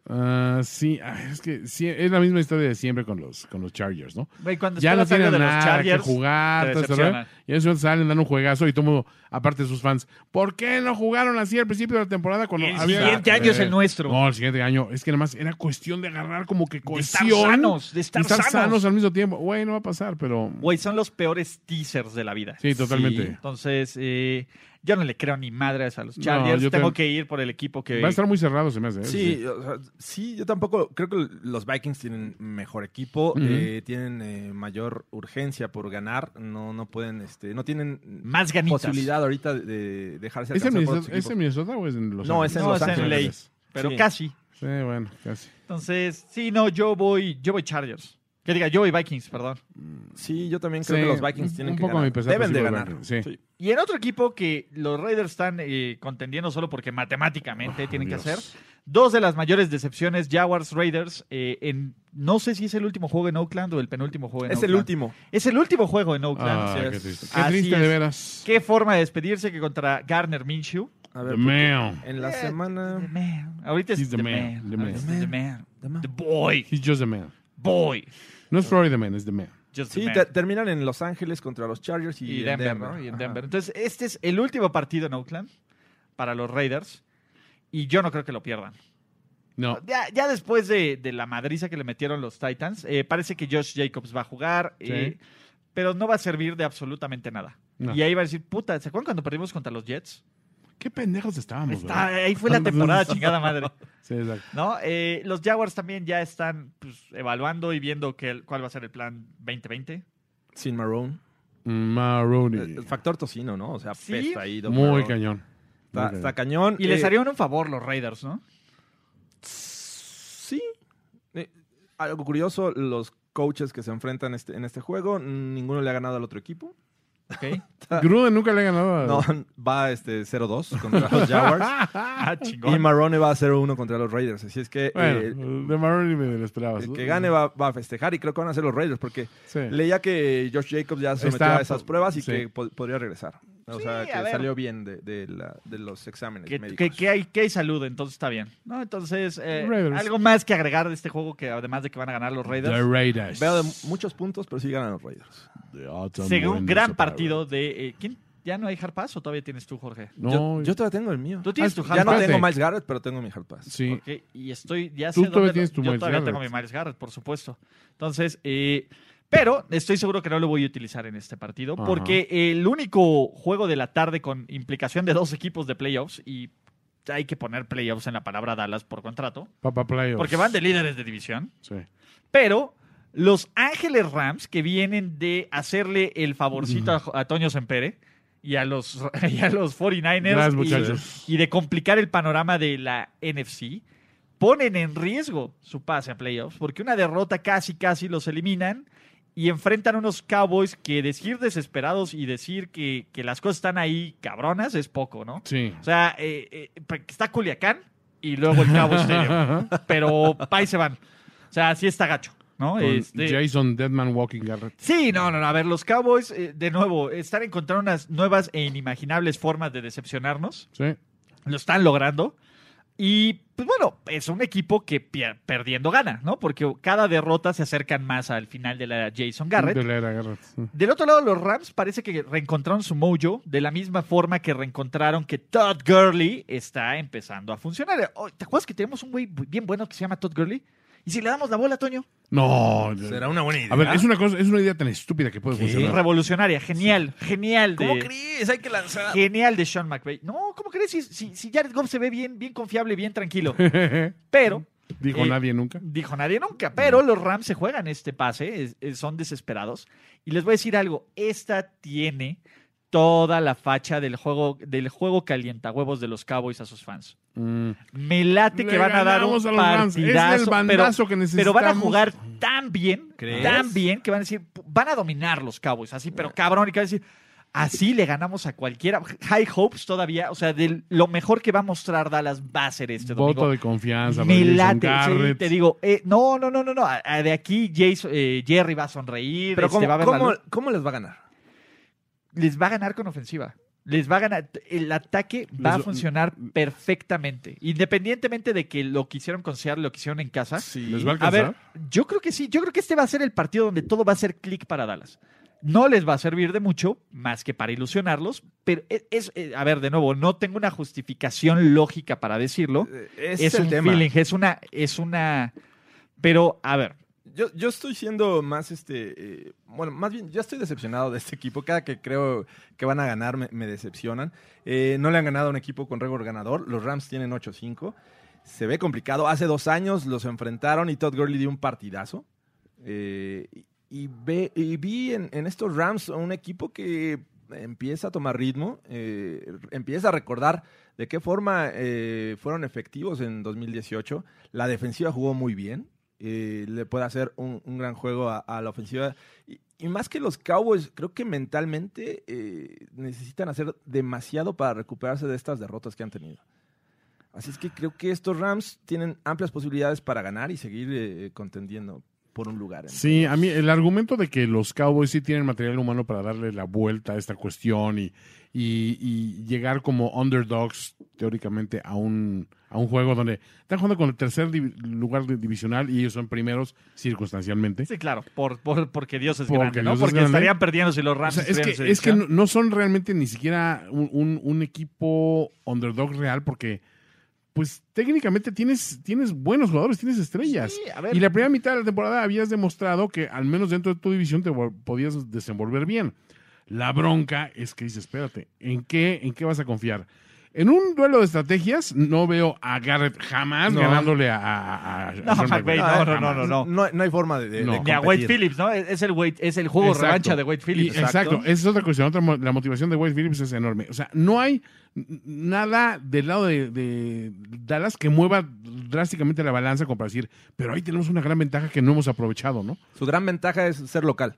Ah, sí, ah, es que sí, es la misma historia de siempre con los, con los Chargers, ¿no?
Güey, cuando
ya no
esperas algo
tienen
de los
nada
Chargers,
que jugar,
te
todo eso,
decepcionan.
¿no? y en ese momento salen, dan un juegazo y todo mundo, aparte de sus fans, ¿por qué no jugaron así al principio de la temporada? Cuando
El
había-
siguiente año es el
Eh,
nuestro.
No, el siguiente año, es que nada más era cuestión de agarrar como que
De
cohesión
estar sanos, de
y
estar,
estar
sanos.
sanos al mismo tiempo. Güey, no va a pasar, pero
Güey, son los peores teasers de la vida.
sí, totalmente.
Entonces, eh, yo no le creo ni madres a los
No,
Chargers.
yo
Tengo
tam-
que ir por el equipo que.
Va a estar muy cerrado, se me hace. ¿eh?
Sí, o sea, sí, yo tampoco creo que los Vikings tienen mejor equipo,
Ujú.
eh, tienen eh, mayor urgencia por ganar, no no pueden, este, no tienen
Más ganitas.
posibilidad ahorita de dejarse
¿Es en,
alcanzar por otros
Minnesota, ¿Es en
equipos.
Minnesota o es en Los
No,
Ángeles?
es en
No,
Los
es en
Ángeles.
LA. Pero
Sí.
casi.
Sí, bueno, casi.
Entonces, sí, no, yo voy, yo voy Chargers. Que diga, yo voy Vikings, perdón.
Sí, yo también creo que
Sí,
los Vikings
un-
tienen
un
que
poco a mi
ganar.
pesar, pues,
Deben
sí
de
voy
ganar.
Vikings, sí.
Y en otro equipo que los Raiders están eh, contendiendo solo porque
Oh,
matemáticamente tienen que hacer. Dos de las mayores decepciones, Jaguars Raiders, eh, en no sé si es el último juego en Oakland o el penúltimo juego en
Es el
Oakland.
último.
Es el último juego en Oakland.
Ah,
sí,
qué
es-
triste. Qué
así
triste,
es.
de veras.
Qué forma de despedirse que contra Garner Minshew.
A
The
ver,
man.
en la
Eh, The
semana
man. Ahorita es
He's
the,
the man,
man. Ahorita
the man.
es the man. The boy.
He's just a man.
Boy.
No es Florida Man, es The Man.
Just the
Sí,
man.
te- terminan en Los Ángeles contra los Chargers y,
y, Denver, ¿no? Y en Denver. Entonces, este es el último partido en Oakland para los Raiders. Y yo no creo que lo pierdan.
Ah,
No.
Ya, ya después de, de la madriza que le metieron los Titans, eh, parece que Josh Jacobs va a jugar, eh, pero no va a servir de absolutamente nada.
No.
Y ahí va a decir, puta, ¿se acuerdan cuando perdimos contra los Jets?
Qué pendejos estábamos,
Está-
¿verdad?
ahí fue la temporada, chingada madre.
Sí, exacto.
¿no? Eh, los Jaguars también ya están pues, evaluando y viendo que, cuál va a ser el plan 2020.
Sin Maroon.
Maroney.
El factor tocino, ¿no? O sea,
Sí.
pesta ahí. Doc
Muy
Marrone.
cañón.
Está,
Muy
está cañón.
Y les
Eh,
harían un favor los Raiders, ¿no?
Sí. Eh, algo curioso, los coaches que se enfrentan este, en este juego, ninguno le ha ganado al otro equipo.
¿Ok?
cañón. Gruden nunca le ha ganado a...
No, va este 0-2 contra los Jaguars.
Ah,
y
chingón.
Marrone va a 0-1 contra los Raiders. Así es que
Bueno,
eh,
de Maroney me lo esperabas.
el que gane va, va a festejar y creo que van a ser los Raiders porque leía que Josh Jacobs ya se metió
Está-
a esas pruebas y
sí.
que po- podría regresar. O
Sí,
sea, que
a ver.
salió bien de, de la- de los exámenes
Que,
médicos.
que- que hay, que hay salud, entonces está bien. ¿no? Entonces, eh,
Raiders.
algo más que agregar de este juego que además de que van a ganar los
The
Raiders.
Raiders.
Veo de muchos puntos, pero sí ganan los Raiders.
The Autumn
Según un
Windows
gran
of
partido de... eh, ¿Quién? ¿Ya no hay hard pass o todavía tienes tú, Jorge?
Power. No,
yo, yo todavía tengo el mío.
Tú tienes tu hard
Ah, Ya no
pass.
Espérate.
tengo Miles Garrett, pero tengo mi hard pass.
Sí.
Ok, y estoy... Ya
Tú
sé
todavía
dónde-
tienes tu
Yo
Miles
todavía
Garrett.
tengo mi Miles Garrett, por supuesto. Entonces, eh, pero estoy seguro que no lo voy a utilizar en este partido
Ajá.
porque el único juego de la tarde con implicación de dos equipos de playoffs y hay que poner playoffs en la palabra Dallas por contrato
Papa Playoffs.
porque van de líderes de división.
Sí.
Pero los Ángeles Rams, que vienen de hacerle el favorcito a, a Toño Sempere y a los, y a los 49ers
Gracias,
y-
muchachos.
Y, de complicar el panorama de la NFC, ponen en riesgo su pase a playoffs porque una derrota casi, casi los eliminan. Y enfrentan unos Cowboys que decir desesperados y decir que, que las cosas están ahí cabronas es poco, ¿no?
Sí.
O sea, eh, eh, pa- está Culiacán y luego el Cabo Estéreo. Pero pa' ahí se van. O sea, sí está gacho, ¿no?
Con
Este,
Jason Deadman Walking Garrett.
Sí, no, no, no. A ver, los Cowboys, eh, de nuevo, están encontrando unas nuevas e inimaginables formas de decepcionarnos.
Sí.
Lo están logrando. Y, pues bueno, es un equipo que pier- perdiendo gana, ¿no? Porque cada derrota se acercan más al final de la Jason Garrett.
De la era Garrett. Sí.
Del otro lado, los Rams parece que reencontraron su mojo de la misma forma que reencontraron que Todd Gurley está empezando a funcionar. Oh, ¿Te acuerdas que tenemos un güey bu- bien bueno que se llama Todd Gurley? ¿Y si le damos la bola, Toño?
No.
una buena idea.
A ver, es una cosa, es una idea tan estúpida que puede funcionar.
Revolucionaria, genial, genial.
¿Cómo
de,
crees? Hay que lanzar.
Genial de Sean McVay. No, ¿cómo crees? Si, si, si Jared Goff se ve bien, bien confiable, bien tranquilo. Pero
Dijo
Eh,
nadie nunca.
Dijo nadie nunca, pero los Rams se juegan este pase, es- es- son desesperados. Y les voy a decir algo, esta tiene toda la facha del juego, del juego calientahuevos de los Cowboys a sus fans.
Mm.
Me late que
Le
van a dar un
ganamos a los Rams. Es el
partidazo, pero,
bandazo que
pero van a
necesitamos.
jugar tan bien,
¿Crees?
tan bien, que van a decir, van a dominar los Cowboys, así, pero cabrón, y que van a decir... Así le ganamos a cualquiera. High hopes todavía. O sea, de lo mejor que va a mostrar Dallas va a ser este domingo.
Voto de confianza.
Me
para Jason
late, sí,
Garrett.
te digo, eh, no, no, no, no, no, a- a- de aquí Jason, eh, Jerry va a sonreír,
Pero
este,
¿cómo,
va a ver la
cómo-
luz.
cómo les va a ganar?
les va a ganar con ofensiva. Les va a ganar. El ataque va
Les-
a funcionar perfectamente. Independientemente de que lo quisieron con Seattle, lo quisieron en casa.
¿Les va a
A
alcanzar?
ver, yo creo que sí. Yo creo que este va a ser el partido donde todo va a ser clic para Dallas. No les va a servir de mucho más que para ilusionarlos, pero es, es- eh, a ver, de nuevo, no tengo una justificación lógica para decirlo.
Eh,
Es,
ese es el
un
tema.
feeling, es una, es una, pero a ver,
Yo, yo estoy siendo más este. eh, bueno, más bien, yo estoy decepcionado de este equipo. Cada que creo que van a ganar, me, me decepcionan. Eh, no le han ganado a un equipo con récord ganador. Los Rams tienen 8-5. Se ve complicado. Hace dos años los enfrentaron y Todd Gurley dio un partidazo. Eh, y, y ve- y vi en, en estos Rams a un equipo que empieza a tomar ritmo, eh, empieza a recordar de qué forma eh, fueron efectivos en 2018. La defensiva jugó muy bien. eh, le puede hacer un, un gran juego a, a la ofensiva. Y, y más que los Cowboys, creo que mentalmente eh, necesitan hacer demasiado para recuperarse de estas derrotas que han tenido. Así es que creo que estos Rams tienen amplias posibilidades para ganar y seguir eh, contendiendo por un lugar. en-
Sí, a mí el argumento de que los Cowboys sí tienen material humano para darle la vuelta a esta cuestión y, y- y llegar como underdogs teóricamente a un, a un juego donde están jugando con el tercer div- lugar de- divisional y ellos son primeros circunstancialmente.
sí, claro, por, por- porque Dios es
Porque
grande, ¿no?
Dios es
porque
grande.
estarían perdiendo si los
O
Rams
sea, es
estuvieran en su
que, es que
división.
no, no son realmente ni siquiera un, un- un equipo underdog real porque pues técnicamente tienes, tienes buenos jugadores, tienes estrellas.
Sí, a ver.
Y la primera mitad de la temporada habías demostrado que al menos dentro de tu división te vol- podías desenvolver bien. La bronca es que dices, espérate, ¿en qué, ¿en qué vas a confiar? En un duelo de estrategias no veo a Garrett jamás
No.
ganándole a... a- a- a
No,
Sean
McVay,
McVay.
no, no, no, no, no.
No, no hay forma de, de- de
No.
Ni a
competir.
Wade Phillips, ¿no? Es, es el, Wade- es el juego
Exacto.
revancha de Wade Phillips.
Y- exacto. Esa es otra cuestión. Otra mo- la motivación de Wade Phillips es enorme. O sea, no hay n- nada del lado de, de Dallas que mueva drásticamente la balanza como para decir, pero ahí tenemos una gran ventaja que no hemos aprovechado, ¿no?
Su gran ventaja es ser local.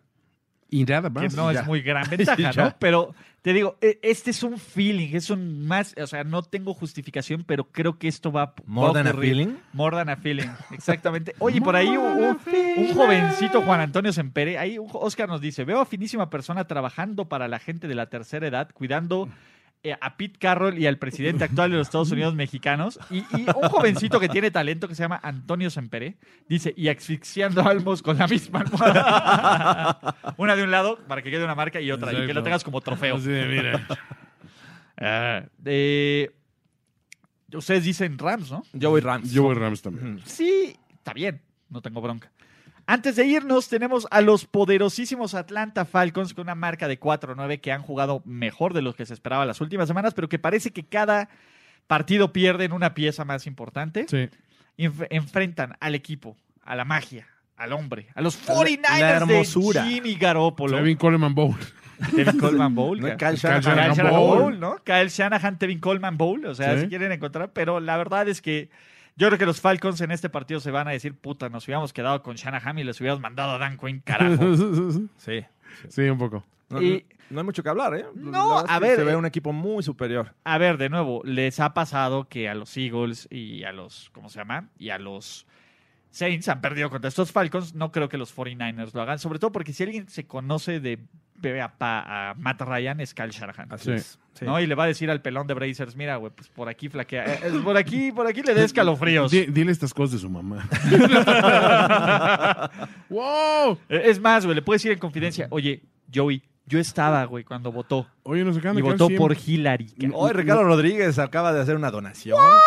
Y nada
que
más.
no
ya.
es muy gran ventaja,
ya.
¿no? Pero te digo, e- este es un feeling, es un más, o sea, no tengo justificación, pero creo que esto va a
More
va
than a
ocurrir.
feeling.
More than a feeling, exactamente. Oye, por ahí un, un- un jovencito Juan Antonio Sempere, ahí un jo- Oscar nos dice, veo a finísima persona trabajando para la gente de la tercera edad, cuidando eh, a Pete Carroll y al presidente actual de los Estados Unidos mexicanos, y, y un jovencito que tiene talento que se llama Antonio Sempere, dice, y asfixiando a Almos con la misma almohada. una de un lado para que quede una marca y otra, y que lo
Exacto.
tengas como trofeo.
Así de, mira.
Ah, eh, ustedes dicen Rams, ¿no?
Yo voy Rams.
Yo voy Rams también.
Sí, está bien, no tengo bronca. Antes de irnos, tenemos a los poderosísimos Atlanta Falcons con una marca de 4-9 que han jugado mejor de lo que se esperaba las últimas semanas, pero que parece que cada partido pierden una pieza más importante.
Sí.
Enf- enfrentan al equipo, a la magia, al hombre, a los 49ers
la hermosura.
de Jimmy Garoppolo.
Tevin Coleman Bowl.
Tevin Coleman Bowl.
No,
cara.
Kyle
Kyle
Shanahan.
Kyle Shanahan
Shanahan
Bowl.
Bowl, ¿no? Kyle Shanahan, Tevin Coleman Bowl, o sea,
Sí.
si quieren encontrar, pero la verdad es que yo creo que los Falcons en este partido se van a decir, puta, nos hubiéramos quedado con Shanahan y les hubiéramos mandado a Dan Quinn, carajo.
Sí.
sí, un poco.
No,
Y-
no hay mucho que hablar, ¿eh?
No,
La verdad es
a
que
ver,
Se ve
eh.
un equipo muy superior.
A ver, de nuevo, les ha pasado que a los Eagles y a los, ¿cómo se llama? Y a los Saints han perdido contra estos Falcons. No creo que los 49ers lo hagan, sobre todo porque si alguien se conoce de bebé a, pa- a Matt Ryan es Kyle Shanahan.
Así
Sí.
es. Sí.
¿no? Y le va a decir al pelón de Brazers, mira, güey, pues por aquí flaquea. eh, eh, por aquí, por aquí le des calofríos.
Di- dile estas cosas de su mamá. ¡Wow!
Eh, Es más, güey, le puedes ir en confidencia. Oye, Joey, yo estaba, güey, cuando votó.
Oye, nos acaban
Y
de quedar
votó
cien-
por Hillary. ca-
Hoy Ricardo Rodríguez acaba de hacer una donación.
Ah,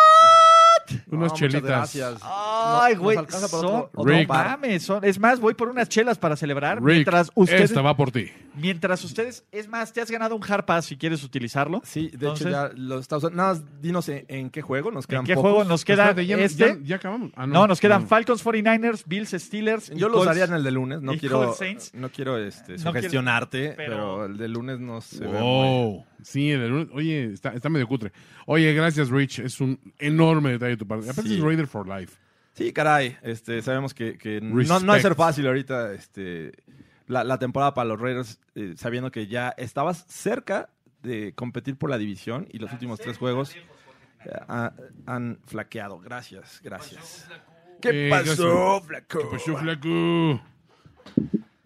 No,
unas
muchas
chelitas.
gracias.
Ay,
nos
güey,
alcanza para
son...
otro- otro
Rick.
par.
mames, son- Es más, voy por unas chelas para celebrar.
Rick,
mientras ustedes...
esta va por ti.
Mientras ustedes... Es más, te has ganado un hard pass si quieres utilizarlo.
Sí, de
Entonces,
hecho ya lo está usando. Nada más dinos en, en qué juego nos quedan
¿En qué
pocos.
juego nos queda
Espérate, ya,
este?
ya- ya acabamos. Ah,
no, nos quedan
No.
Falcons 49ers, Bills Steelers. y
Yo lo
Colts.
usaría en el de lunes. No
y
quiero,
Colts Saints.
no quiero este,
No quiero-
sugestionarte,
pero-
pero... el de lunes no se ve. muy-
Wow. Sí, el lunes- oye, está, está medio cutre. Oye, gracias, Rich. Es un enorme detalle de tu parte. Aparte
Sí.
es Raider for Life.
Sí, caray. Este, sabemos que, que no, no va a ser
Respect.
fácil ahorita este, la, la temporada para los Raiders, eh, sabiendo que ya estabas cerca de competir por la división y los últimos tres juegos eh, ha- han flaqueado. Gracias, gracias.
Eh,
¿Qué pasó,
gracias.
flaco?
Pues yo, flaco.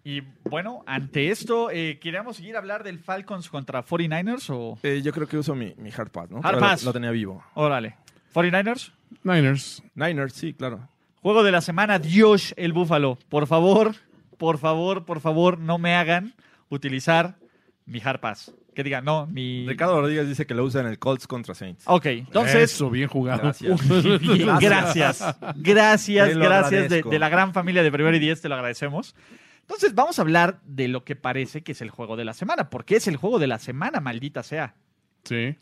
Y bueno, ante esto, eh, ¿queríamos seguir a hablar del Falcons contra 49ers o...?
Eh, yo creo que uso mi, mi hard pass, ¿no?
Hard
Todavía
pass.
Lo, lo tenía vivo.
Órale. 49ers.
Niners.
Niners, sí, claro.
Juego de la semana, Dios el Búfalo. Por favor, por favor, por favor, no me hagan utilizar mi hard pass. Que diga, no, mi...
Ricardo Rodríguez dice que lo usa en el Colts contra Saints.
Ok, entonces...
Eso, bien jugado.
Gracias.
Bien, gracias. Gracias,
Te lo
gracias de,
agradezco.
de la gran familia de Primero y Diez, te lo agradecemos. Entonces, vamos a hablar de lo que parece que es el juego de la semana, porque es el juego de la semana, maldita sea.
Sí.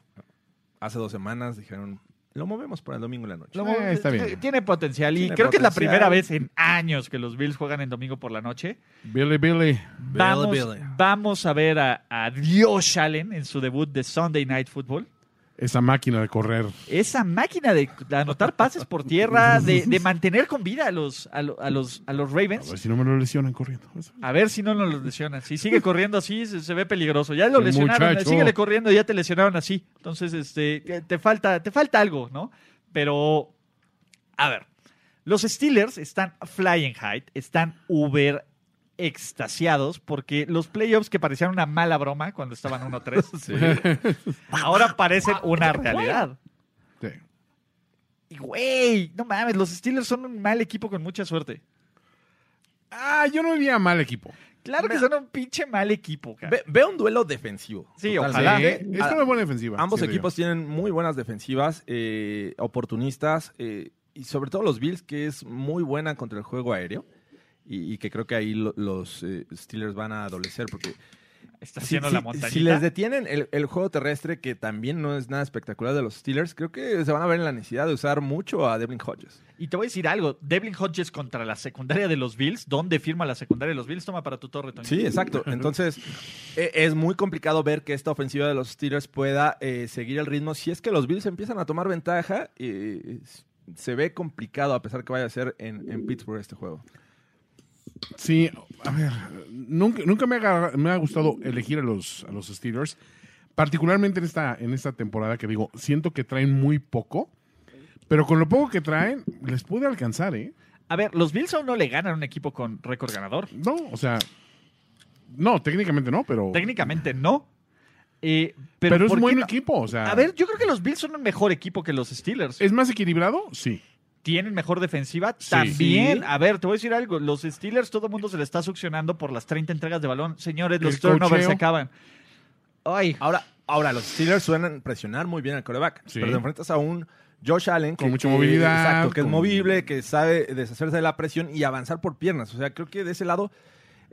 Hace dos semanas dijeron, lo movemos para el domingo en la noche.
Lo-
Eh, está bien.
Tiene potencial y
Tiene
creo que es la
potencial.
primera vez en años que los Bills juegan en domingo por la noche.
Billy, Billy.
Vamos,
Billy.
vamos a ver a, a Dios Allen en su debut de Sunday Night Football.
Esa máquina de correr.
Esa máquina de anotar pases por tierra, de, de mantener con vida a los, a, lo- a los, a los
A
Ravens.
ver si no me lo lesionan corriendo.
A ver si no nos lesionan. Si sigue corriendo así, se, se ve peligroso. Ya lo lesionaron, eh,
Muchacho.
síguele corriendo, ya te lesionaron así. Entonces, este, te- te falta, te falta algo, ¿no? Pero, a ver, los Steelers están flying high, están uber extasiados porque los playoffs que parecían una mala broma cuando estaban 1-3, ahora
Ah,
parecen una realidad.
Sí.
Y, güey, no mames, los Steelers son un mal equipo con mucha suerte.
Ah, yo no diría mal equipo.
Claro que son un pinche mal equipo, cara.
Ve- Veo un duelo defensivo.
Sí,
Totalmente.
ojalá.
Sí, Es
Ah,
una buena defensiva.
Ambos
siento yo.
equipos tienen muy buenas defensivas, eh, oportunistas, eh, y sobre todo los Bills, que es muy buena contra el juego aéreo, y, y que creo que ahí lo- los eh, Steelers van a adolecer, porque
Está
si,
haciendo
si-
la montañita.
si les detienen el, el juego terrestre, que también no es nada espectacular de los Steelers, creo que se van a ver en la necesidad de usar mucho a Devlin Hodges.
Y te voy a decir algo. Devlin Hodges contra la secundaria de los Bills. ¿Dónde firma la secundaria de los Bills? Toma para tu torre, Toño.
Sí, exacto. Entonces, e- es muy complicado ver que esta ofensiva de los Steelers pueda eh, seguir el ritmo. Si es que los Bills empiezan a tomar ventaja, eh, s- se ve complicado a pesar que vaya a ser en, en Pittsburgh este juego.
Sí, a ver, nunca, nunca me, ha, agarra- me ha gustado elegir a los, a los Steelers, particularmente en esta, en esta temporada que digo, siento que traen muy poco, pero con lo poco que traen, les puede alcanzar, ¿eh?
A ver, los Bills aún no le ganan a un equipo con récord ganador.
No, o sea, no, técnicamente no, pero,
Técnicamente no. Eh, pero
pero, es
¿por
un
qué
buen
no?
equipo, o sea.
A ver, yo creo que los Bills son un mejor equipo que los Steelers.
¿Es más equilibrado? Sí.
Tienen mejor defensiva
Sí.
también.
Sí.
A ver, te voy a decir algo. Los Steelers, todo el mundo se le está succionando por las 30 entregas de balón. Señores, los
El
turnovers
cocheo.
se acaban. Ay,
Ahora, ahora los Steelers suelen presionar muy bien al coreback,
Sí.
pero te enfrentas a un Josh Allen
Con mucha
que-
movilidad,
Exacto, que
con-
es movible, que sabe deshacerse de la presión y avanzar por piernas. O sea, creo que de ese lado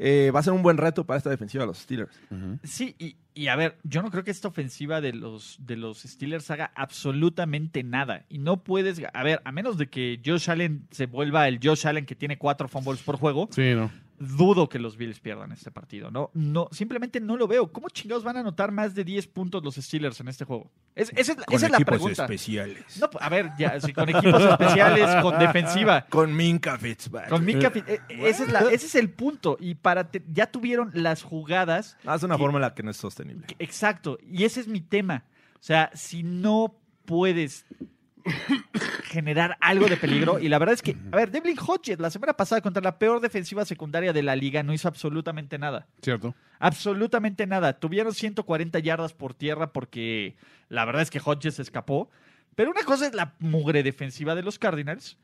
eh, va a ser un buen reto para esta defensiva de los Steelers.
Sí, y, y a ver, yo no creo que esta ofensiva de los, de los Steelers haga absolutamente nada. Y no puedes, a ver, a menos de que Josh Allen se vuelva el Josh Allen que tiene cuatro fumbles por juego,
Sí, no.
dudo que los Bills pierdan este partido. No, no, simplemente no lo veo. ¿Cómo chingados van a anotar más de 10 puntos los Steelers en este juego? Es- esa es, la- esa es la pregunta.
especiales.
No, a ver, ya, sí, con equipos especiales, con defensiva.
Con Minka Fitzpatrick.
Con Mika Fit- eh, eh, ese, es la- ese es el punto. Y para te- ya tuvieron las jugadas
Ah, es una
Y-
fórmula que no es sostenible.
Exacto, y ese es mi tema. O sea, si no puedes generar algo de peligro, y la verdad es que, a ver, Devlin Hodges la semana pasada contra la peor defensiva secundaria de la liga no hizo absolutamente nada.
Cierto.
Absolutamente nada. Tuvieron 140 yardas por tierra porque la verdad es que Hodges se escapó. Pero una cosa es la mugre defensiva de los Cardinals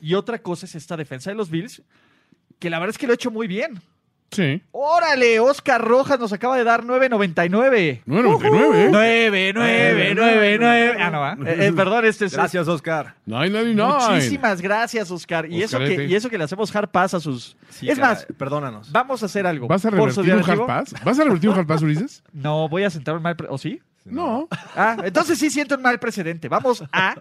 y otra cosa es esta defensa de los Bills, que la verdad es que lo ha hecho muy bien.
Sí.
Órale, Oscar Rojas nos acaba de dar 9.99.
9.99, ¿eh?
9, 9, 9, 9. Ah, no, va. Eh, eh, perdón, este es.
Gracias, Oscar.
9.99.
Muchísimas gracias, Oscar. Y eso, que,
Oscarete.
y eso que le hacemos hard pass a sus.
Sí,
es
cara,
más,
perdónanos.
vamos a hacer algo.
¿Vas a
Por su
revertir un
diario-
hard pass? ¿Vas a revertir un hard pass, Ulises?
No, voy a sentar un mal. pre- ¿O sí?
No.
Ah, entonces sí siento un mal precedente. Vamos a.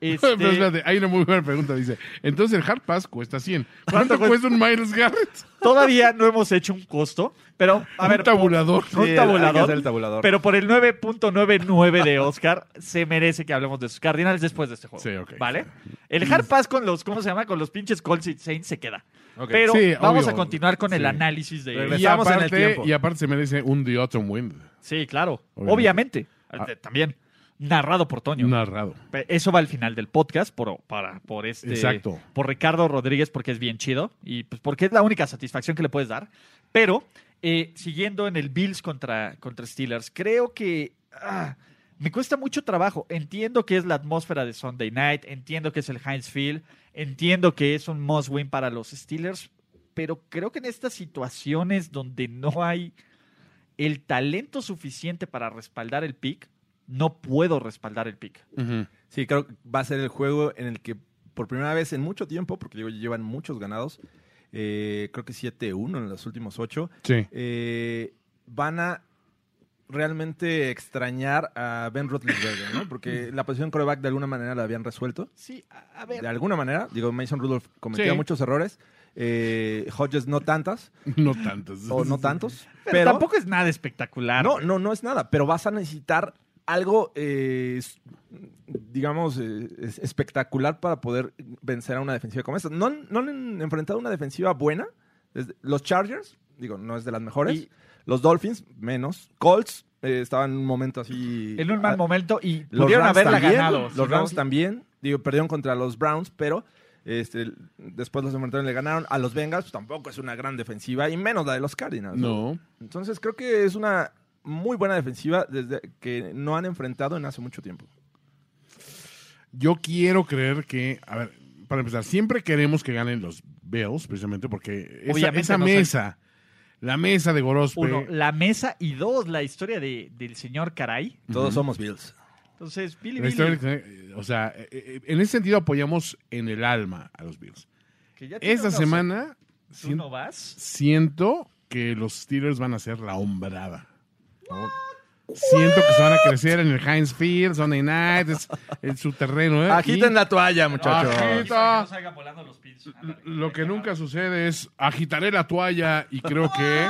este,
Pero espérate, hay una muy buena pregunta. Dice: Entonces el Hard Pass cuesta 100. ¿Cuánto cuesta un Miles Garrett?
todavía no hemos hecho un costo, pero a ver.
un tabulador.
por-
Sí,
un
hay
tabulador.
que hacer el tabulador.
Pero por el 9.99 de Oscar, se merece que hablemos de sus Cardinals después de este juego.
Sí, ok.
¿Vale? El
Mm.
hard pass con los, ¿cómo se llama? Con los pinches Colts y Saints se queda. Pero
Sí,
vamos
obvio.
a continuar con el
Sí.
análisis de.
Regresa- Regresamos en el tiempo.
y aparte se merece un The Autumn Wind
Sí, claro. Obviamente.
Obviamente.
Eh,
Ah.
También. Narrado por Toño.
narrado.
Pe- Eso va al final del podcast por, para, por este.
Exacto.
Por Ricardo Rodríguez, porque es bien chido. Y pues porque es la única satisfacción que le puedes dar. Pero, eh, siguiendo en el Bills contra, contra Steelers, creo que ah, me cuesta mucho trabajo. Entiendo que es la atmósfera de Sunday Night, entiendo que es el Heinz Field, entiendo que es un must win para los Steelers, pero creo que en estas situaciones donde no hay el talento suficiente para respaldar el pick, no puedo respaldar el pick.
Ujú.
Sí, creo que va a ser el juego en el que por primera vez en mucho tiempo, porque digo, llevan muchos ganados, eh, creo que 7-1 en los últimos 8,
Sí.
eh, van a realmente extrañar a Ben Roethlisberger, ¿no? Porque la posición coreback de alguna manera la habían resuelto.
Sí, a, a
De
ver.
alguna manera, digo, Mason Rudolph cometía
Sí.
muchos errores, eh, Hodges no tantas,
No tantas.
o no tantos,
Pero, tampoco es nada espectacular.
no, no, no es nada, pero vas a necesitar algo, eh, es- digamos, eh, es- espectacular para poder vencer a una defensiva como esta. No, han- no han enfrentado una defensiva buena. desde- los Chargers, digo, no es de las mejores.
Y-
los Dolphins, menos. Colts, eh, estaban en un momento así.
En un mal
ah,
momento y
los
pudieron
Rams
haberla
también,
ganado. si
Los
no-
Rams también. Digo, perdieron contra los Browns, pero este, después los enfrentaron y le ganaron. A los Bengals pues, tampoco es una gran defensiva, y menos la de los Cardinals.
No.
Entonces creo que es una muy buena defensiva desde que no han enfrentado en hace mucho tiempo.
Yo quiero creer que, a ver, para empezar, siempre queremos que ganen los Bills, precisamente porque esa,
Obviamente
esa
no soy-
mesa, la mesa de Gorospe,
Uno, la mesa y dos, la historia de, del señor Caray.
Todos somos Bills.
Entonces, Billy
la
Billy,
historia que- o sea, eh, eh, en ese sentido apoyamos en el alma a los Bills.
que ya tiene
Esta
unos-
semana
¿Tú
sien-
no vas?
siento que los Steelers van a ser la hombrada. Siento que se van a crecer en el Heinz Field, Sunday Night, es, es su terreno. ¿eh?
Agiten la toalla, muchachos.
Ajá.
Para que no salgan volando los pins. Ándale.
Y Lo que nunca sucede es agitaré la toalla y creo que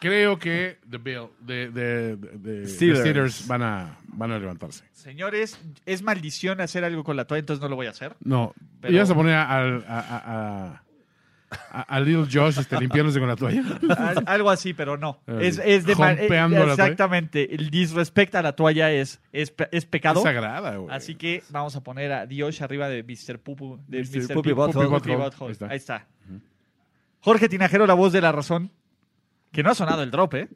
creo que the Bill, the, the- the- the
Steelers.
Steelers van a van a levantarse.
Señores, es maldición hacer algo con la toalla, entonces no lo voy a hacer.
No,
Pero-
ibas a poner al- a, a, a- a- a Little Josh este, limpiándose con la toalla.
Al- algo así, pero no.
Ah,
Es, es de mal- eh,
jompeando la toalla.
Exactamente. El disrespecto a la toalla es, es, pe- es pecado.
Es sagrada, güey.
Así que vamos a poner a Dios arriba de Mr. Pupu. De
Mr.
Mr.
Puppy
Pi-
Butthole.
Puppy
Butthole.
Butthole.
Ahí está.
Ahí está. Jorge Tinajero, la voz de la razón. Que no ha sonado el drop, ¿eh?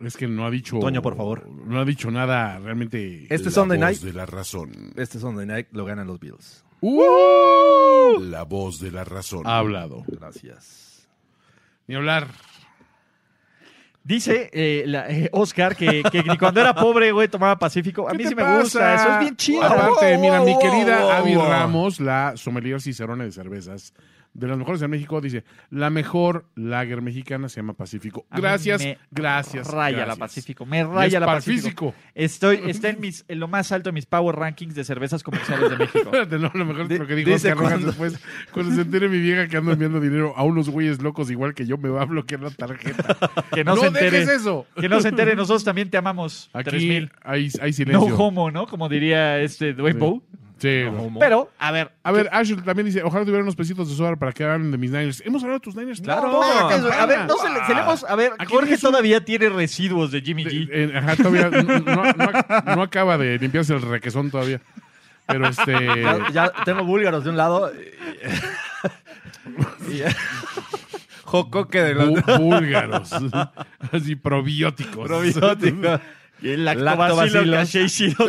Es que no ha dicho.
Toño, por favor.
No ha dicho nada realmente.
Este
la
Sunday
voz
night.
de la razón.
Este Sunday Night lo ganan los Bills.
La voz de la razón.
¡Uh! Ha hablado.
Gracias.
Ni hablar.
Dice eh, la- eh, Oscar que, que ni cuando era pobre, güey, tomaba Pacífico. A
¿Qué
mí
te
sí me
pasa?
gusta. Eso es bien chido.
Aparte,
Wow,
mira, mi
Oh,
wow,
querida
wow,
Avi
wow.
Ramos, la sommelier cicerona de cervezas, de las mejores en México, dice, la mejor lager mexicana se llama Pacífico.
A mí
Gracias,
me
gracias.
Raya la
gracias.
Pacífico. Me
Y
raya
es
la
par
Pacífico.
físico.
Estoy, está en, mis, en lo más alto de mis power rankings de cervezas comerciales de México.
Espérate, no, lo mejor
Di-
lo que dijo
dice
Oscar Rojas
cuando-
después, cuando se entere mi vieja que ando enviando dinero a unos güeyes locos igual que yo, me va a bloquear la tarjeta.
Que no,
no
se entere.
dejes eso.
Que no se entere. Nosotros también te amamos.
Aquí
3000.
hay, hay
No
silencio.
homo, ¿no? Como diría este Dwayne
Sí.
Bowe.
Sí.
Pero, a ver.
A ver, Ashley también dice, ojalá tuviera unos pesitos de sobra para que hablen de mis Niners. Hemos hablado de tus Niners.
Claro.
toda la
No,
campaña.
a ver, no se le, se le hemos- a ver,
Aquí
Jorge
tienes un-
todavía tiene residuos de Jimmy G.
De- eh, ajá, todavía no, no- no- no acaba de limpiarse el requesón todavía. Pero este.
Ya, ya tengo búlgaros de un lado. Jocoque de
bú- Búlgaros. Así probióticos.
probióticos.
Lactobacilo
Lactobacilos.
Kasheishiro.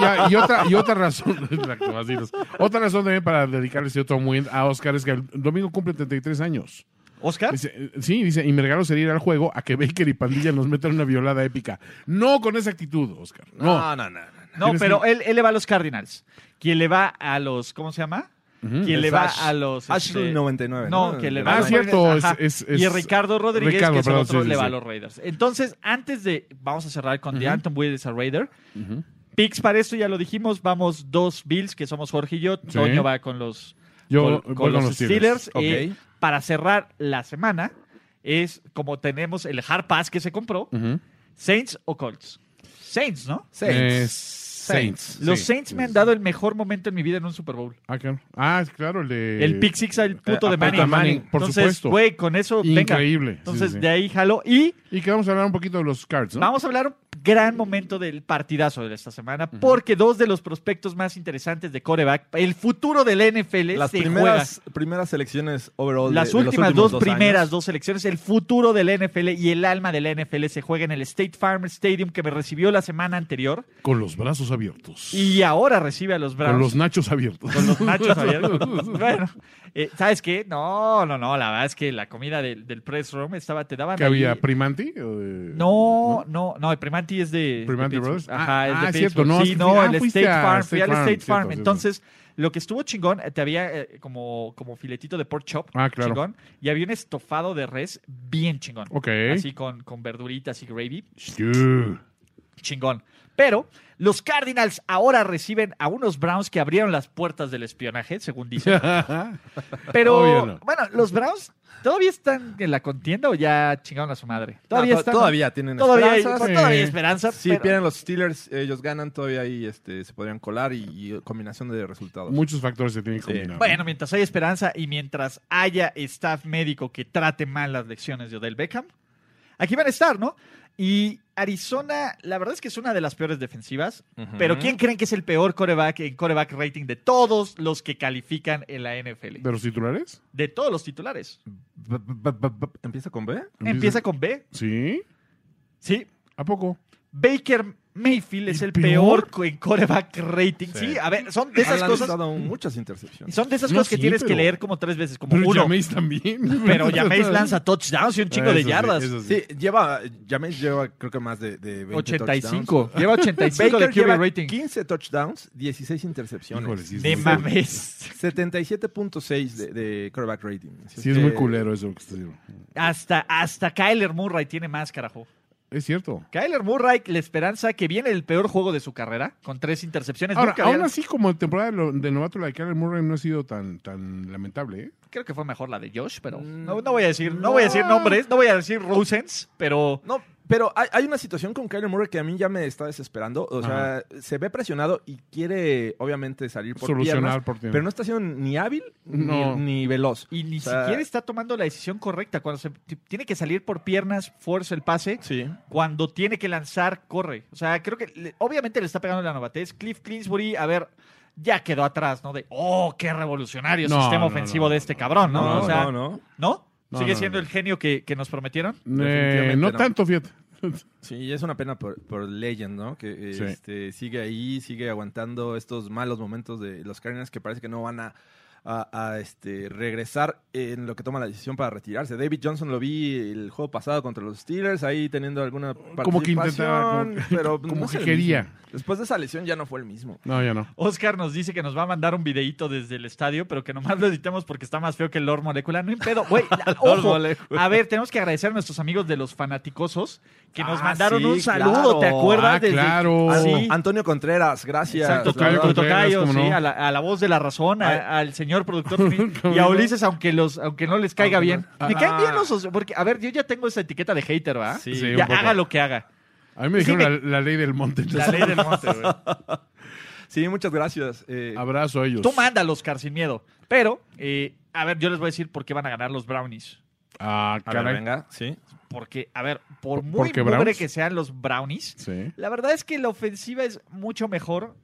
Y, a- y otra, y otra razón. lactobacilos. Otra razón también para dedicarle este otro muy a Oscar es que el domingo cumple 33 años.
Oscar,
Dice, eh, sí, dice, y me regalo sería ir al juego a que Baker y Pandilla nos metan una violada épica. No con esa actitud, Oscar. No.
No, no, no. no.
no,
tienes
pero él, él le va a los Cardinals. Quien le va a los, ¿cómo se llama? Quien le
Es
va
Ash-
a los...
Ashley 99,
este, No,
¿no?
que le
Ah,
va a los
cierto,
Raiders, ajá.
es- es-
Y
es-
Ricardo Rodríguez,
Ricardo,
que es el
perdón,
otro,
sí, sí,
le va
sí.
a los Raiders. Entonces, antes de... Vamos a cerrar con The Anton Willis a Raider. Picks para esto, ya lo dijimos. Vamos dos Bills, que somos Jorge y yo.
Sí.
Toño va con los...
Yo
con, con
voy
los, Steelers.
Ok.
Eh, para cerrar la semana, es como tenemos
Mm.
el Hard Pass que se compró,
Ujú.
Saints o Colts. Saints, ¿no?
Saints.
Eh, Saints.
Los
sí.
Saints me han dado el mejor momento en mi vida en un Super Bowl.
Ah, claro. Ah, es claro, el de.
el pick six al puto de
eh, a
Manning.
Peyton Manning, por
Entonces,
supuesto.
güey, con eso, venga.
Increíble. Sí,
Entonces,
sí, sí.
de ahí jalo. Y
Y que vamos a hablar un poquito de los cards, ¿no?
vamos a hablar un gran momento del partidazo de esta semana, porque dos de los prospectos más interesantes de coreback, el futuro del NFL,
Las
Eh, se
primeras, primeras selecciones overall.
juega.
de-
Las
de los
últimas
últimos
dos, primeras
años.
dos selecciones, el futuro del NFL y el alma del NFL se juega en el State Farm Stadium que me recibió la semana anterior
Con los brazos abiertos.
y ahora recibe a los Browns.
Con los nachos abiertos.
Con los nachos abiertos. bueno, eh, ¿sabes qué? No, no, no, la verdad es que la comida del, del press room estaba, te daban
¿Que había
ahí-
Primanti?
No, no, no, el Primanti es de.
Primanti
de Pittsburgh.
Brothers.
Ajá,
Ah,
es
ah,
de
cierto,
Pittsburgh.
no, es
Sí,
que
no,
fui- ah,
el
fuiste
State
a
Farm.
State
Fui al
Farm,
State
cierto,
Farm.
cierto.
Entonces, lo que estuvo chingón, eh, te había eh, como, como filetito de pork chop.
Ah, claro.
Chingón. Y había un estofado de res bien chingón.
Ok.
Así con, con verduritas y gravy.
Yeah.
Chingón. Pero los Cardinals ahora reciben a unos Browns que abrieron las puertas del espionaje, según dicen. Pero,
Obvio no.
bueno, los Browns todavía están en la contienda o ya chingaron a su madre.
No, to-
están-
todavía tienen
Todavía hay,
esperanzas.
todavía hay esperanza.
Si
pero-
pierden los Steelers, ellos ganan, todavía ahí este, se podrían colar y, y combinación de resultados.
Muchos factores se tienen que
Sí.
combinar.
Bueno, mientras hay esperanza y mientras haya staff médico que trate mal las lecciones de Odell Beckham, aquí van a estar, ¿no? Y Arizona, la verdad es que es una de las peores defensivas,
Ujú.
pero ¿quién creen que es el peor coreback en coreback rating de todos los que califican en la NFL?
¿De los titulares?
De todos los titulares.
B- b- b- b- ¿Empieza con B?
Pues
Empieza con B.
¿Sí?
Sí,
¿A poco?
Baker Mayfield es
¿El
el peor, co- en coreback rating. Sí.
Sí.
a ver, son de esas
Han
cosas.
lanzado muchas intercepciones.
Son de esas
No,
cosas que
sí,
tienes que
pero-
leer como tres veces, como
Pero
uno.
llaméis también.
Pero llaméis lanza touchdowns y un chingo
Ah,
de
eso sí,
yardas.
eso sí.
Sí, lleva, ya me lleva creo que más de, de 20 touchdowns.
85. Lleva 85
Baker
de
lleva
QB rating.
15 touchdowns, 16 intercepciones.
Híjole, sí, es
De
muy-
mames.
77.6 de, de quarterback rating. Este, Así
Sí, es muy
que-
culero eso que estás diciendo.
Hasta, hasta Kyler Murray tiene más, carajo.
Es cierto.
Kyler Murray, la esperanza que viene el peor juego de su carrera, con tres intercepciones.
Ahora,
Nunca
aún
había-
así, como temporada de, lo- de novato, la de Kyler Murray no ha sido tan, tan lamentable, ¿eh?
Creo que fue mejor la de Josh, pero
Mm,
no, no voy a decir, no voy a decir
no.
nombres, no voy a decir Rosens, pero
No, pero hay, hay una situación con Kyler Murray que a mí ya me está desesperando. O sea, se ve presionado y quiere, obviamente, salir por
Solucionar
piernas,
por piernas.
Pero no está siendo ni hábil ni-
No.
ni, veloz.
y ni
O sea,
siquiera está tomando la decisión correcta. Cuando se t- tiene que salir por piernas, fuerza el pase.
Sí.
cuando tiene que lanzar, corre. O sea, creo que le- obviamente le está pegando la novatez. Cliff Clinsbury, a ver, ya quedó atrás, ¿no? De, oh, qué revolucionario
No,
sistema
no,
ofensivo
no,
de este cabrón, ¿no?
No,
o sea,
no, no.
¿no?
No,
¿Sigue
no,
siendo
no.
el genio que, que nos prometieron?
Eh,
Definitivamente
no
no.
tanto, fíjate.
Sí, y es una pena por, por Legend, ¿no? Que eh,
Sí.
este, sigue ahí, sigue aguantando estos malos momentos de los Cardinals que parece que no van a, a- a, este, regresar en lo que toma la decisión para retirarse. David Johnson lo vi el juego pasado contra los Steelers, ahí teniendo alguna participación.
Como que intentaba, como-
pero
como
no es
que
el
quería.
mismo. Después de esa lesión ya no fue el mismo.
No, ya no.
Oscar nos dice que nos va a mandar un videíto desde el estadio, pero que nomás lo editemos porque está más feo que el Lord Molecula. No hay pedo, güey. la- Ojo. A ver, tenemos que agradecer a nuestros amigos de los fanaticosos que nos
Ah,
mandaron
sí,
un saludo,
claro.
¿te acuerdas?
Ah,
Desde-
claro.
Ah, sí.
An- Antonio Contreras, gracias.
Exacto, Tocayo,
La
Tocayo
verdad.
Contreras,
Tocayo,
¿cómo
sí,
no?
a, la, a la voz de la razón, a- al señor productor y a
no?
Ulises, aunque los, aunque no les caiga bien. Me
Ah.
caen bien los socios, porque, a ver, yo ya tengo esa etiqueta de hater, ¿va?
Sí,
Sí, un
ya
poco.
haga lo que haga.
A mí me
Sí,
dijeron la, la ley del monte.
La ley del monte, güey.
Sí, muchas gracias. Eh,
Abrazo a ellos.
Tú mándalos, Oscar, sin miedo. Pero, eh, a ver, yo les voy a decir por qué van a ganar los brownies.
Ah,
a ver,
caray.
venga, sí.
Porque, a ver, por muy
porque
mugre
Browns?
que sean los brownies,
Sí.
la verdad es que la ofensiva es mucho mejor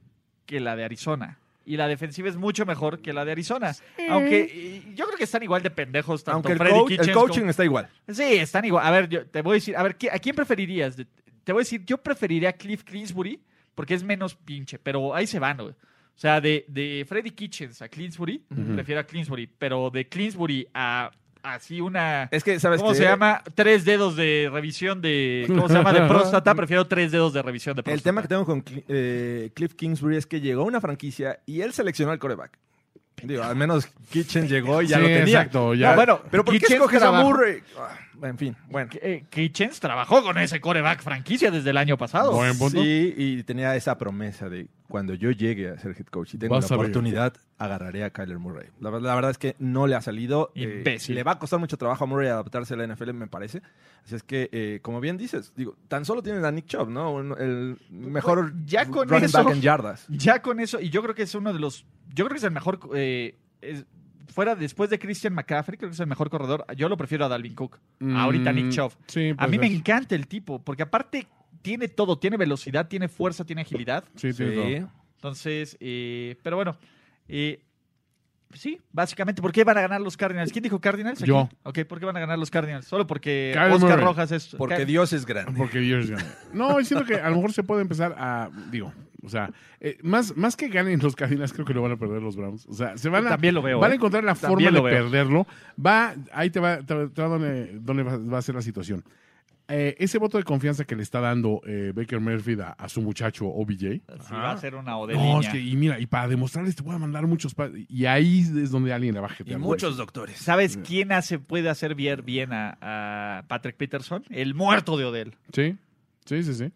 que la de Arizona. Y la defensiva es mucho mejor que la de Arizona. Aunque eh, yo creo que están igual de pendejos tanto
Aunque el,
Freddy
coach- el
Kitchens como-
coaching está igual.
Sí, están igual. A ver, yo te voy a decir, a ver, ¿qui- ¿a quién preferirías? De- Te voy a decir, yo preferiría a Cliff Clinsbury porque es menos pinche, pero ahí se van, güey. O sea, de, de Freddy Kitchens a Clinsbury, prefiero a Clinsbury, pero de Clinsbury a así una...
Es que, ¿sabes
¿Cómo
qué?
se llama? Tres dedos de revisión de... ¿Cómo se llama? De próstata. Prefiero tres dedos de revisión de próstata.
El tema que tengo con Cli- eh, Cliff Kingsbury es que llegó a una franquicia y él seleccionó al coreback. Digo, al menos Kitchen llegó y ya
Sí,
lo tenía.
exacto, ya.
No, bueno,
Pero ¿por qué
Kitchens
escoges a
trabajó-
Murray? Ah, En fin, bueno.
Eh, Kitchens trabajó con ese coreback franquicia desde el año pasado.
Buen punto.
Sí, y tenía esa promesa de cuando yo llegue a ser head coach y tenga la
Vas a ver.
oportunidad, agarraré a Kyler Murray. La, ver- la verdad es que no le ha salido. eh,
Imbécil.
le va a costar mucho trabajo a Murray adaptarse a la NFL, me parece. Así es que, eh, como bien dices, digo, tan solo tienen a Nick Chubb, ¿no? Un- el mejor
Pues, ya con
running
eso-
back en yardas.
Ya con eso, y yo creo que es uno de los. Yo creo que es el mejor. eh, es- fuera después de Christian McCaffrey, creo que es el mejor corredor. Yo lo prefiero a Dalvin Cook. Mm, Ahorita Nick Chubb.
Mm, Sí, pues
A
puede
mí me
ser.
encanta el tipo, porque aparte tiene todo: tiene velocidad, tiene fuerza, tiene agilidad.
Sí, tienes razón.
Entonces, eh, pero bueno. eh, sí, básicamente, ¿por qué van a ganar los Cardinals? ¿Quién dijo Cardinals? aquí?
Yo.
Ok, ¿por qué van a ganar los Cardinals? Solo porque
Kyler
Oscar
Murray.
Rojas es.
Porque
Ky-
Dios es grande.
Porque Dios gana. No, y siento que a lo mejor se puede empezar a. Digo, o sea, eh, más, más que ganen los Cardinals, creo que lo van a perder los Browns. O sea, se van a.
También lo veo,
Van a
¿eh?
encontrar la
También
forma de
lo veo.
perderlo. Va, ahí te va, te va- te va donde, donde va, va a ser la situación. Eh, ese voto de confianza que le está dando eh, Baker Murphy a, a su muchacho OBJ.
Sí, va a ser una O de
No, es
línea.
que, y mira, y para demostrarles te voy a mandar muchos pa- Y ahí es donde alguien la va a jetear, güey.
doctores.
¿Sabes quién hace, puede hacer bien, bien a, a Patrick Peterson? El muerto de Odell.
Sí, sí, sí, sí.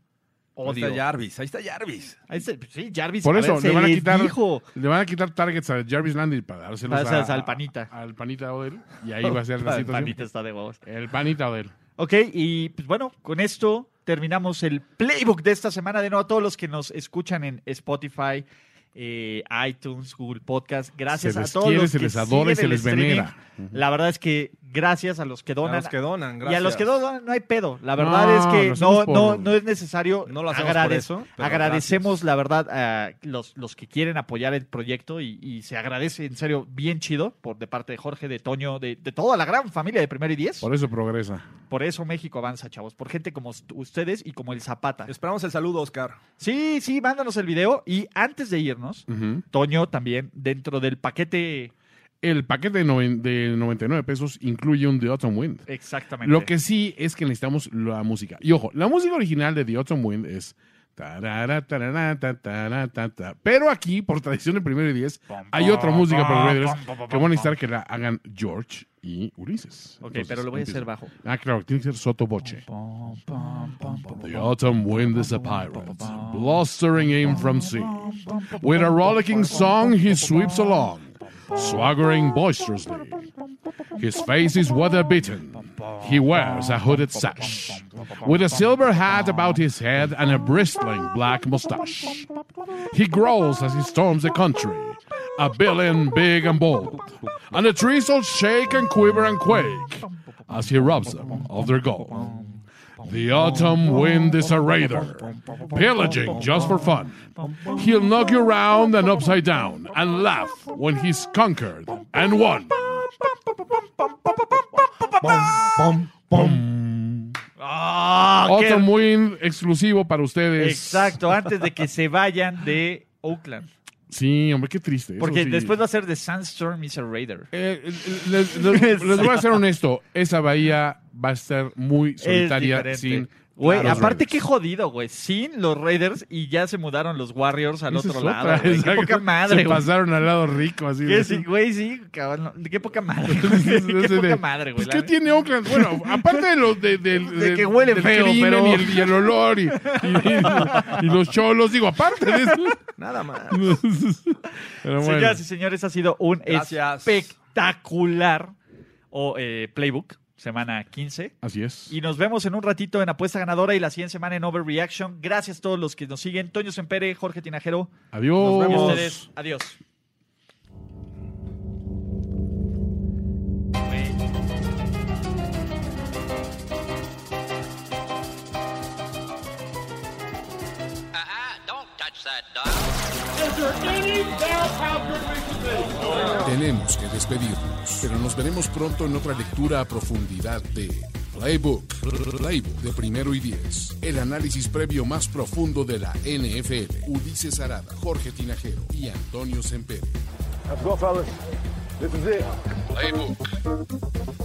Odio.
Ahí está Jarvis, ahí está Jarvis.
Ahí se- sí, Jarvis.
Por
a
eso,
ver,
le
se
van a
les
quitar.
dijo.
Le van a quitar targets a Jarvis Landry para dárselos
Pasas
a-
al panita.
Al panita Odell. Y ahí va a ser la
El
situación.
panita está de huevos.
El panita Odell.
Ok, y pues bueno, con esto terminamos el playbook de esta semana. De nuevo, a todos los que nos escuchan en Spotify, eh, iTunes, Google Podcast, gracias
Se les
a todos
quiere,
los
se
que
les adora
siguen
y se
el
les
streaming.
venera.
La verdad es que gracias a los que donan.
A los que donan, gracias.
Y a los que donan no hay pedo. La verdad
No,
es que
lo
no,
hacemos
no,
por-
no es necesario.
No lo hacemos por eso, pero
agradecemos, la verdad, a los, los que quieren apoyar el proyecto y, y se agradece, en serio, bien chido por de parte de Jorge, de Toño, de, de toda la gran familia de Primero y Diez.
Por eso progresa.
Por eso México avanza, chavos. Por gente como ust- ustedes y como el Zapata.
Esperamos el saludo, Oscar.
Sí, sí, mándanos el video. Y antes de irnos, Toño también, dentro del paquete.
El paquete de, noven- de 99 pesos incluye un The Autumn Wind.
Exactamente.
Lo que sí es que necesitamos la música. Y ojo, la música original de The Autumn Wind es. tarara, tarara, ta, tarara, ta, ta. Pero aquí, por tradición de primero y diez, hay otra música para primero y diez que van a necesitar que la hagan George y Ulises.
Ok,
Entonces,
pero lo voy a
empieza.
hacer bajo.
Ah, claro, tiene que ser soto boche. The autumn wind is a pirate, blustering in from sea. With a rollicking song, he sweeps along, swaggering boisterously. His face is weather beaten. He wears a hooded sash, with a silver hat about his head and a bristling black mustache. He growls as he storms the country, a billion big and bold, and the trees all shake and quiver and quake as he robs them of their gold. The autumn wind is a raider, pillaging just for fun. He'll knock you round and upside down and laugh when he's conquered and won.
¡Ah, qué-
Autumn wind exclusivo para ustedes.
Exacto, antes de que se vayan de Oakland.
Sí, hombre, qué triste. eso
Porque
sí.
después va a ser de Sandstorm is a Raider.
Eh, eh, les, les- les voy a ser honesto, esa bahía va a ser muy solitaria
diferente.
sin.
Güey,
los
aparte
Raiders.
qué jodido, güey. Sin los Raiders y ya se mudaron los Warriors al
Esa
otro
es
lado.
otra,
güey. Qué
exacto.
poca madre,
Se
güey.
pasaron al lado rico, así.
Que
de-
sí, güey, sí, cabrón. no, Qué poca madre. güey,
Entonces,
Qué
ese de,
poca madre, güey.
pues,
la
¿Qué
neta.
tiene Oakland? Bueno, aparte de los de, del-
De que
del-
huele
del
feo,
crimen
pero-
y el, y el olor y, y- y los cholos, digo, aparte de eso.
Nada más.
Pero bueno,
Señoras y señores, ha sido un
Gracias.
espectacular o, eh, playbook, semana 15.
así es.
Y nos vemos en un ratito en Apuesta Ganadora y la siguiente semana en Overreaction. Gracias a todos los que nos siguen. Toño Sempere, Jorge Tinajero.
Adiós.
Y a ustedes, adiós.
Tenemos que despedirnos, pero nos veremos pronto en otra lectura a profundidad de Playbook, Playbook de primero y diez, el análisis previo más profundo de la NFL. Ulises Arada, Jorge Tinajero y Antonio Sempere.
Let's go, fellas. This is it.
Playbook.